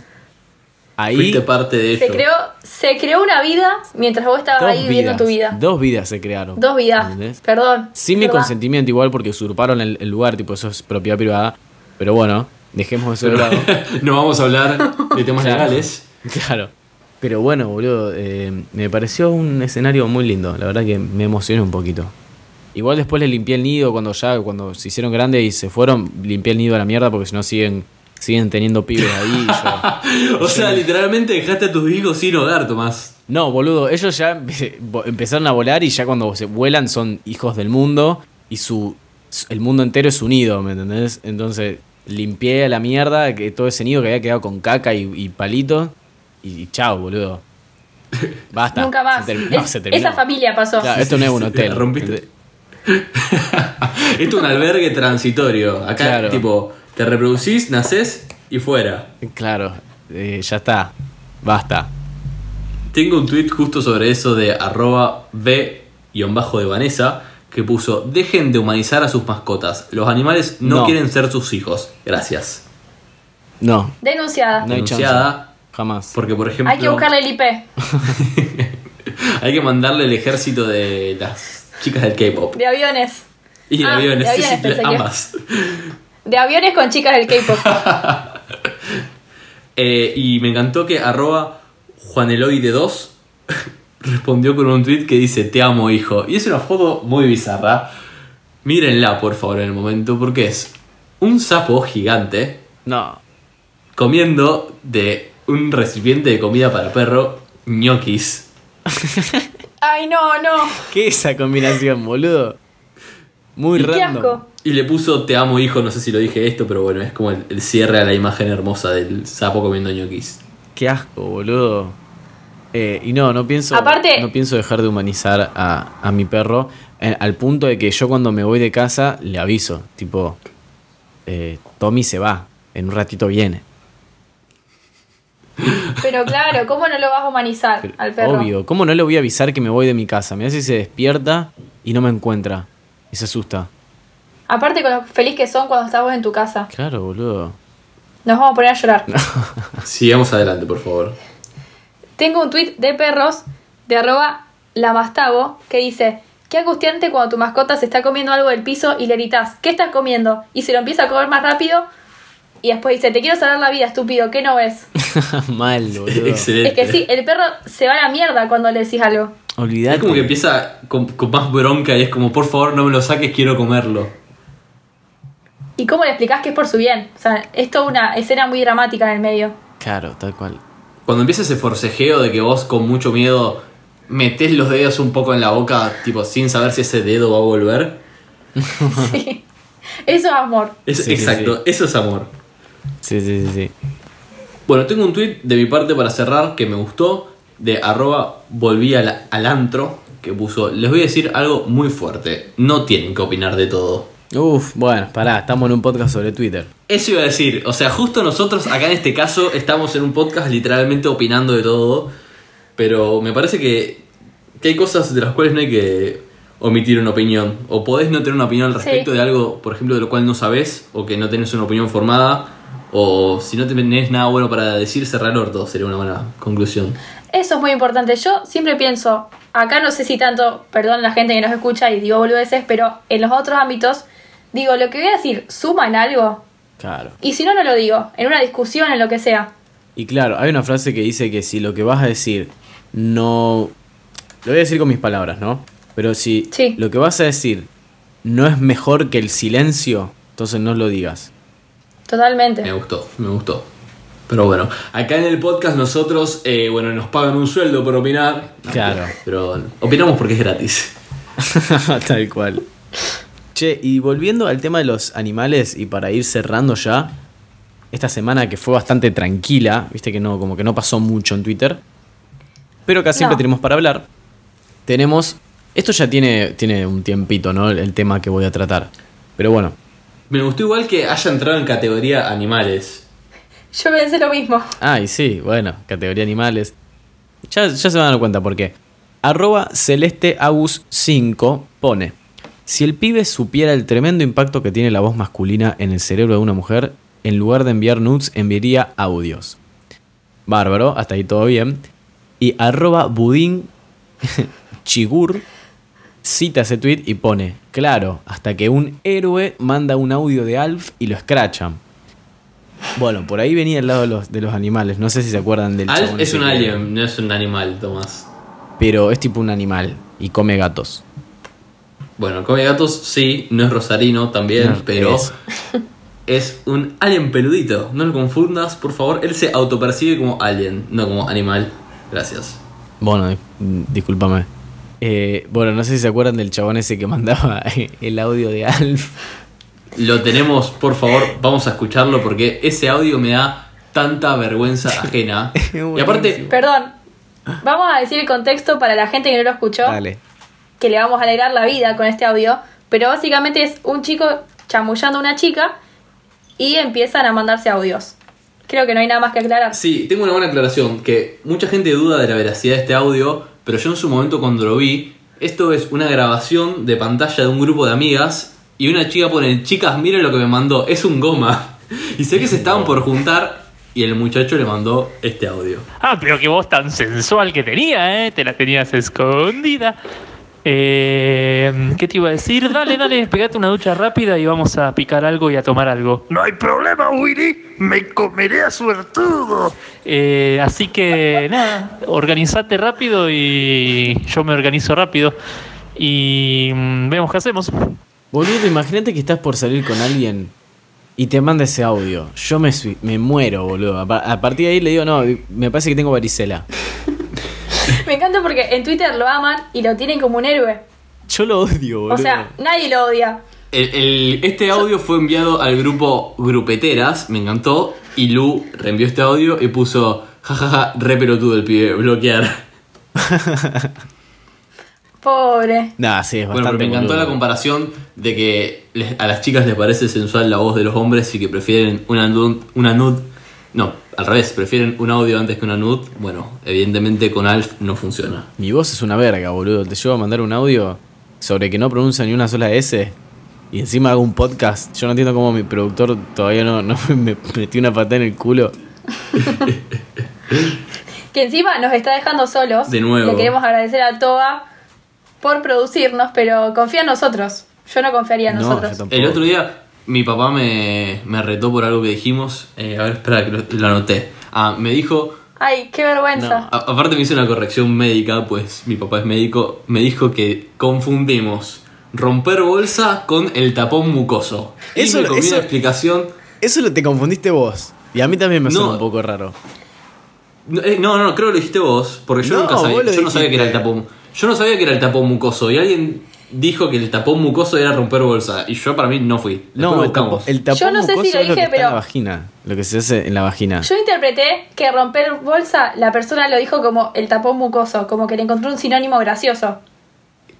A: Ahí
B: Fuiste parte de ello.
A: *laughs*
C: Se creó, se creó una vida mientras vos estabas ahí viviendo tu vida.
A: Dos vidas se crearon.
C: Dos vidas.
A: ¿entendés?
C: Perdón.
A: Sin mi
C: ¿Verdad?
A: consentimiento igual porque usurparon el, el lugar, tipo eso es propiedad privada. Pero bueno, dejemos eso de lado.
B: no vamos a hablar de *laughs* temas
A: Claro.
B: legales.
A: *laughs* Claro. Pero bueno, boludo, eh, me pareció un escenario muy lindo. La verdad que me emocioné un poquito. Igual después le limpié el nido cuando ya, cuando se hicieron grandes y se fueron, limpié el nido a la mierda porque si no siguen, siguen teniendo pibes ahí. y yo-
B: *laughs* o sea, literalmente dejaste a tus hijos sin hogar, Tomás. *laughs*
A: No, boludo, ellos ya empe- vo- empezaron a volar y ya cuando se vuelan son hijos del mundo y su, su- el mundo entero es unido, ¿me entendés? Entonces limpié a la mierda que todo ese nido que había quedado con caca y, y palito y, y chao, boludo. Basta.
C: Nunca más.
A: Se terminó,
C: Es-
A: se terminó.
C: Esa familia pasó.
A: Claro, esto no es un hotel.
B: La rompiste. Esto es un albergue transitorio. Acá,
A: Claro.
B: tipo, te reproducís, nacés y fuera.
A: Claro, eh, ya está. Basta.
B: Tengo un tweet justo sobre eso de arroba b-de Vanessa que puso, dejen de humanizar a sus mascotas. Los animales no,
A: No.
B: quieren ser sus hijos. Gracias.
A: No,
C: Denunciada.
A: no hay chance.
B: Denunciada.
A: Jamás.
B: Porque, por ejemplo...
C: Hay que buscarle el IP.
B: *laughs* hay que mandarle el ejército de las chicas del K-pop.
C: De aviones.
B: Y
C: Ah,
B: aviones,
C: de aviones,
B: sí, sí,
C: pensé que-
B: ambas.
C: De aviones con chicas
A: *laughs*
C: del K-pop.
B: Eh, y me encantó que arroba juaneloide2 *laughs* respondió con un tweet que dice te amo hijo. Y es una foto muy bizarra. Mírenla por favor en el momento porque es un sapo gigante
A: No.
B: comiendo de un recipiente de comida para perro ñoquis.
C: Ay, no, no.
A: ¿Qué es esa combinación, boludo? Muy
C: Qué
A: random.
C: asco.
B: Y le puso te amo hijo, no sé si lo dije esto, pero bueno, es como el, el cierre a la imagen hermosa del sapo comiendo ñoquis.
A: Qué asco, boludo. Eh, y no, no pienso,
C: Aparte-
A: no pienso dejar de humanizar a, a mi perro eh, al punto de que yo cuando me voy de casa le aviso, tipo, eh, Tommy se va, en un ratito viene.
C: Pero claro, ¿cómo no lo vas a humanizar
A: Pero,
C: al perro?
A: Obvio, ¿cómo no le voy a avisar que me voy de mi casa? Mirá si se despierta y no me encuentra y se asusta.
C: Aparte con lo feliz que son cuando estás vos en tu casa.
A: Claro, boludo. *laughs*
C: Nos vamos a poner a llorar.
B: Sigamos adelante, por favor.
C: Tengo un tweet de perros de arroba lamastavo que dice Qué angustiante cuando tu mascota se está comiendo algo del piso y le gritas, ¿qué estás comiendo? Y se lo empieza a comer más rápido y después dice, te quiero salvar la vida, estúpido, ¿qué no ves?
A: Mal, boludo.
B: *laughs* Excelente.
C: es que sí, el perro se va a la mierda cuando le decís algo.
A: Olvidate.
B: Es como que empieza con, con más bronca y es como, por favor, no me lo saques, quiero comerlo.
C: ¿Y cómo le explicás que es por su bien? O sea, es toda una escena muy dramática en el medio.
A: Claro, tal cual.
B: Cuando empieza ese forcejeo de que vos con mucho miedo metés los dedos un poco en la boca, tipo, sin saber si ese dedo va a volver.
C: Sí. Eso es amor.
B: Es,
A: Sí, sí,
B: exacto, eso es amor.
A: Sí, sí, sí, sí.
B: Bueno, tengo un tweet de mi parte para cerrar que me gustó, de arroba volví al, al antro, que puso, les voy a decir algo muy fuerte, no tienen que opinar de todo.
A: Uf, bueno, pará, estamos en un podcast sobre Twitter.
B: Eso iba a decir, o sea, justo nosotros acá en este caso estamos en un podcast literalmente opinando de todo, pero me parece que, que hay cosas de las cuales no hay que omitir una opinión, o podés no tener una opinión al respecto
C: Sí.
B: de algo, por ejemplo, de lo cual no sabés, o que no tenés una opinión formada, o si no tenés nada bueno para decir, cerrar el orto sería una buena conclusión.
C: Eso es muy importante. Yo siempre pienso, acá no sé si tanto, perdón la gente que nos escucha y digo boludeces, pero en los otros ámbitos, digo, lo que voy a decir, suma en algo.
A: Claro.
C: Y si no, no lo digo, en una discusión, en lo que sea.
A: Y claro, hay una frase que dice que si lo que vas a decir no... Lo voy a decir con mis palabras, ¿no? Pero si
C: Sí.
A: lo que vas a decir no es mejor que el silencio, entonces no lo digas.
B: Me
C: Totalmente.
B: gustó, me gustó. Pero bueno, acá en el podcast nosotros, eh, bueno, nos pagan un sueldo por opinar.
A: Claro.
B: Pero opinamos porque es gratis.
A: *laughs* Tal cual. Che, y volviendo al tema de los animales y para ir cerrando ya, esta semana que fue bastante tranquila, viste que no, como que no pasó mucho en Twitter, pero acá siempre
C: No.
A: tenemos para hablar. Tenemos, esto ya tiene, tiene un tiempito, ¿no? El, el tema que voy a tratar. Pero bueno,
B: Me gustó igual que haya entrado en categoría animales.
C: Yo pensé lo mismo.
A: ay sí, bueno, categoría animales. Ya, ya se van a dar cuenta por qué. Arroba celesteagus5 pone, si el pibe supiera el tremendo impacto que tiene la voz masculina en el cerebro de una mujer, en lugar de enviar nudes, enviaría audios. Bárbaro, hasta ahí todo bien. Y arroba budín *laughs* chigur cita ese tweet y pone, claro, hasta que un héroe manda un audio de Alf y lo escrachan. Bueno, por ahí venía el lado de los, de los animales. No sé si se acuerdan del
B: Alf
A: chabón
B: es
A: ese
B: un
A: que-
B: alien, no es un animal, Tomás.
A: Pero es tipo un animal y come gatos.
B: Bueno, come gatos sí, no es rosarino también,
A: No,
B: pero
A: es.
B: *laughs* es. un alien peludito. No lo confundas, por favor. Él se autopercibe como alien, no como animal. Gracias.
A: Bueno, mm, discúlpame. Eh, bueno, no sé si se acuerdan del chabón ese que mandaba *laughs* el audio de Alf.
B: Lo tenemos, por favor, vamos a escucharlo porque ese audio me da tanta
A: *laughs*
B: vergüenza ajena. y aparte,
C: Perdón. Vamos a decir el contexto para la gente que no lo escuchó,
A: Dale.
C: que le vamos a alegrar la vida con este audio, pero básicamente es un chico chamullando a una chica y empiezan a mandarse audios. Creo que no hay nada más que aclarar.
B: sí, tengo una buena aclaración, que mucha gente duda de la veracidad de este audio, pero yo en su momento cuando lo vi, esto es una grabación de pantalla de un grupo de amigas y una chica pone, chicas, miren lo que me mandó, es un goma. *laughs* Y sé que se estaban por juntar y el muchacho le mandó este audio.
E: Ah, pero qué voz tan sensual que tenía, ¿eh? Te la tenías escondida. Eh, ¿Qué te iba a decir? Dale, dale, pegate una ducha rápida y vamos a picar algo y a tomar algo.
F: No hay problema, Willy. Me comeré a suertudo.
E: Eh, así que nada, organizate rápido y yo me organizo rápido. Y mm, vemos qué hacemos.
A: Boludo, imagínate que estás por salir con alguien y te manda ese audio. Yo me, sui- me muero, boludo. A, pa- a partir de ahí le digo, no, me parece que tengo varicela.
C: Me encanta porque en Twitter lo aman y lo tienen como un héroe.
A: Yo lo odio, boludo.
C: O sea, nadie lo odia.
B: El- el- este audio fue enviado al grupo Grupeteras, me encantó, y Lu reenvió este audio y puso, jajaja, re pelotudo el pibe, bloquear.
C: Pobre.
A: nah, sí, es
B: Bueno,
A: bastante
B: pero me encantó
A: boludo.
B: la comparación de que les- a las chicas les parece sensual la voz de los hombres y que prefieren una nud, una nud. No, al revés, prefieren un audio antes que una nud. Bueno, evidentemente con Alf no funciona.
A: Mi voz es una verga, boludo. Te llevo a mandar un audio sobre que no pronuncio ni una sola S. Y encima hago un podcast. Yo no entiendo cómo mi productor todavía no, *laughs* no me metió una patada en el culo.
C: Que encima nos está dejando solos.
B: De nuevo.
C: Le queremos agradecer a Toa por producirnos, pero confía en nosotros. Yo no confiaría en
A: No, yo
C: nosotros.
A: tampoco.
B: El otro día mi papá me, me retó por algo que dijimos. Eh, a ver, espera, que lo, lo anoté. Ah, me dijo...
C: Ay, qué
B: no,
C: vergüenza.
B: a- aparte me hizo una corrección médica, pues mi papá es médico. Me dijo que confundimos romper bolsa con el tapón mucoso. Y
A: Eso-
B: me comió
A: eso-
B: una explicación...
A: Eso lo te confundiste vos. Y a mí también me suena
B: No.
A: un poco raro.
B: No, eh, no, no, creo que lo dijiste vos, porque yo
A: No,
B: nunca sabía,
A: vos lo
B: yo no sabía que era el
A: dijiste.
B: tapón. Yo no sabía que era el tapón mucoso y alguien dijo que el tapón mucoso era romper bolsa y yo para mí no fui. Después
A: No,
B: lo
A: el, tapo-
B: buscamos.
A: el tapón
C: Yo no sé si
A: mucoso
C: lo
A: es lo que
C: dije,
A: está en la
C: pero-
A: vagina. Lo que se hace en la vagina.
C: Yo interpreté que romper bolsa, la persona lo dijo como el tapón mucoso, como que le encontró un sinónimo
A: *laughs*
C: gracioso.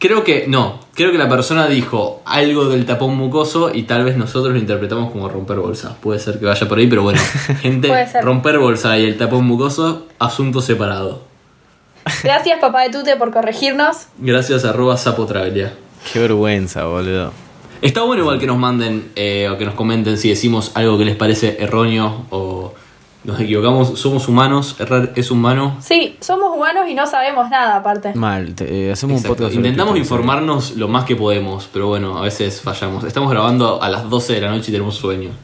B: Creo que no, creo que la persona dijo algo del tapón mucoso y tal vez nosotros lo interpretamos como romper bolsa. Puede ser que vaya por ahí,
A: *laughs*
B: pero bueno,
C: Puede
B: gente,
C: ser.
B: romper bolsa y el tapón mucoso, asunto separado.
C: Gracias, papá de Tute, por corregirnos.
B: Gracias arroba sapotravelia.
A: Qué vergüenza, boludo.
B: Está bueno igual que nos manden eh, o que nos comenten si decimos algo que les parece erróneo o nos equivocamos. Somos humanos, errar es humano.
C: Sí, somos humanos y no sabemos nada aparte.
A: Mal, te- eh, hacemos
B: Exacto.
A: un podcast. sobre
B: Intentamos
A: Twitter,
B: informarnos lo más que podemos, pero bueno, a veces fallamos. Estamos grabando a las 12 de la noche y tenemos sueño.
A: ¿sí?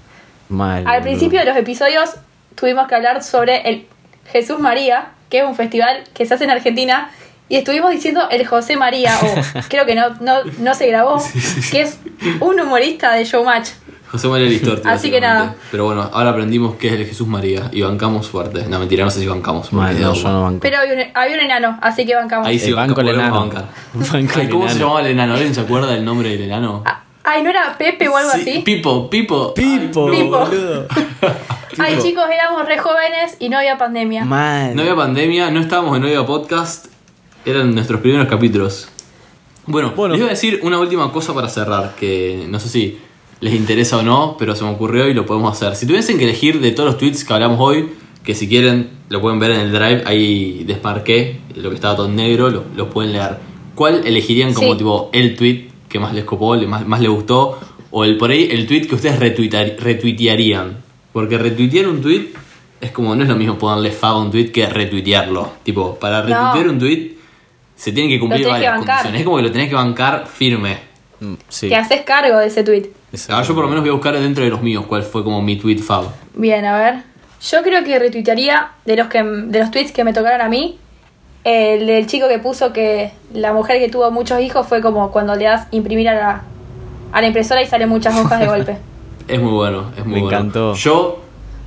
A: Mal.
C: Al
A: boludo.
C: principio de los episodios tuvimos que hablar sobre el Jesús María, que es un festival que se hace en Argentina, y estuvimos diciendo el José María,
B: *laughs*
C: o creo que no, no, no se grabó, que es un humorista de Showmatch.
B: José María
A: *laughs*
B: Listorti.
C: Así que
B: básicamente.
C: nada.
B: Pero bueno, ahora aprendimos qué es el Jesús María y bancamos fuerte. No, mentira, no sé si bancamos. porque
A: Mal,
B: es de
A: no,
B: agua.
A: yo no banco.
C: Pero había un, había un enano, así que bancamos.
B: Ahí sí
A: El banco el
B: volvemos a
A: enano.
B: bancar.
A: *laughs* Banco
B: Ay,
A: el
B: ¿Cómo
A: enano. Ah,
B: se llamaba el enano? ¿Alguien se acuerda del nombre del enano?
C: Ah, Ay, ¿no era Pepe o algo
B: Sí,
C: así?
B: Pipo, Pipo.
A: Pipo,
B: Ay, no.
C: Pipo.
A: boludo.
C: Ay, chicos, éramos re jóvenes y no había pandemia.
A: Mal.
B: No había pandemia, no estábamos en No había podcast, eran nuestros primeros capítulos. Bueno,
A: Bueno.
B: les iba a decir una última cosa para cerrar, que no sé si les interesa o no, pero se me ocurrió y lo podemos hacer. Si tuviesen que elegir de todos los tweets que hablamos hoy, que si quieren lo pueden ver en el drive, ahí desmarqué lo que estaba todo en negro, lo, lo pueden leer. ¿Cuál elegirían como
C: Sí.
B: tipo el tweet que más les copó, le- más, más les gustó? O el por ahí el tweet que ustedes retuitar- retuitearían. Porque retuitear un tweet es como, no es lo mismo ponerle fago a un tweet que retuitearlo. Tipo, para
C: No.
B: retuitear un tweet se tienen que cumplir
C: tenés que
B: varias
C: bancar.
B: condiciones. Es como que lo tenés que bancar firme.
A: Mm, Sí.
C: Te haces cargo de ese tweet.
B: Ahora Ah, yo por lo menos voy a buscar dentro de los míos cuál fue como mi tweet fab.
C: Bien, a ver. Yo creo que retuitearía de los que de los tweets que me tocaron a mí. El del chico que puso que la mujer que tuvo muchos hijos fue como cuando le das imprimir a la, a la impresora y salen muchas hojas
A: *laughs*
C: de golpe.
B: Es muy bueno, es muy
A: Me
B: bueno.
A: encantó.
B: Yo,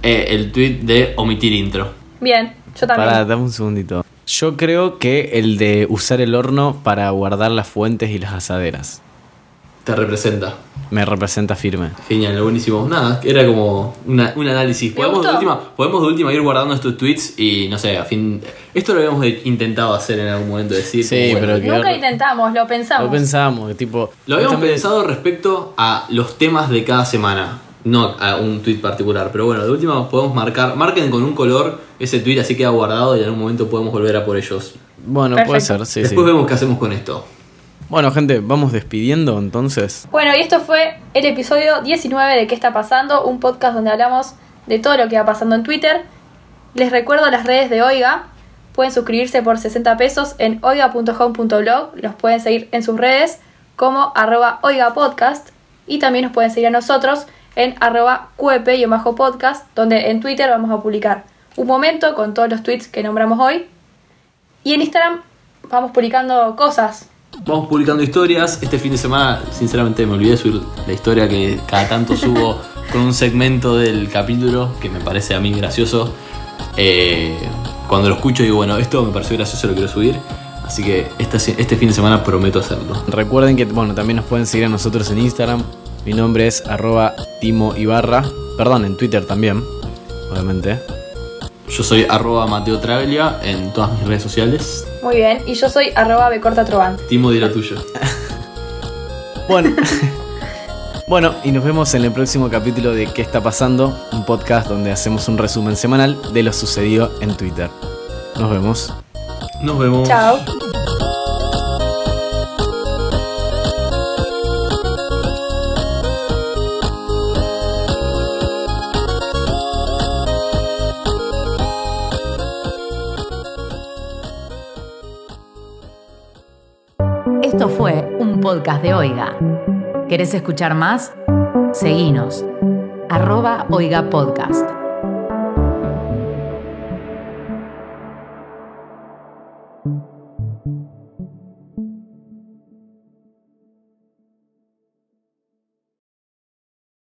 B: eh, el tweet de omitir intro.
C: Bien, yo también.
A: Pará, dame un segundito. Yo creo que el de usar el horno para guardar las fuentes y las asaderas.
B: Te representa.
A: Me representa firme.
B: Genial, buenísimo. Nada, era como una- un análisis.
C: Me
B: Podemos de,
C: gustó.
B: última, podemos de última ir guardando estos tweets y no sé, a fin. Esto lo habíamos de- intentado hacer en algún momento, decir.
A: Sí,
B: como, bueno,
A: pero que-
C: Nunca intentamos, lo pensamos.
A: Lo pensamos, tipo.
B: Lo habíamos
A: justamente-
B: pensado respecto a los temas de cada semana, no a un tweet particular. Pero bueno, de última podemos marcar, marquen con un color ese tweet, así queda guardado y en algún momento podemos volver a por ellos.
A: Bueno, puede
C: Perfecto.
A: ser, sí, sí.
B: Después vemos qué hacemos con esto.
A: Bueno, gente, vamos despidiendo entonces.
C: Bueno, y esto fue el episodio 19 de ¿Qué está pasando? Un podcast donde hablamos de todo lo que va pasando en Twitter. Les recuerdo las redes de Oiga. Pueden suscribirse por 60 pesos en oiga.home.blog. Los pueden seguir en sus redes como arroba oigapodcast. Y también nos pueden seguir a nosotros en arroba cuepe y bajo podcast, donde en Twitter vamos a publicar un momento con todos los tweets que nombramos hoy. Y en Instagram vamos publicando cosas.
B: Vamos publicando historias. Este fin de semana, sinceramente, me olvidé de subir la historia que cada
A: *laughs*
B: tanto subo con un segmento del capítulo que me parece a mí gracioso. Eh, cuando lo escucho digo, bueno, esto me pareció gracioso, lo quiero subir. Así que esta se- este fin de semana prometo hacerlo.
A: Recuerden que, bueno, también nos pueden seguir a nosotros en Instagram. Mi nombre es arroba Timo Ibarra. Perdón, en Twitter también, obviamente.
B: Yo soy arroba Mateo Travelia en todas mis redes sociales.
C: Muy bien, y yo soy arroba becortatrobante.
B: Timo dirá tuyo.
A: Bueno. *laughs* bueno, y nos vemos en el próximo capítulo de ¿Qué está pasando? Un podcast donde hacemos un resumen semanal de lo sucedido en Twitter. Nos vemos.
B: Nos vemos.
C: Chao.
G: Esto fue un podcast de Oiga. ¿Querés escuchar más? Seguinos. Arroba Oiga Podcast.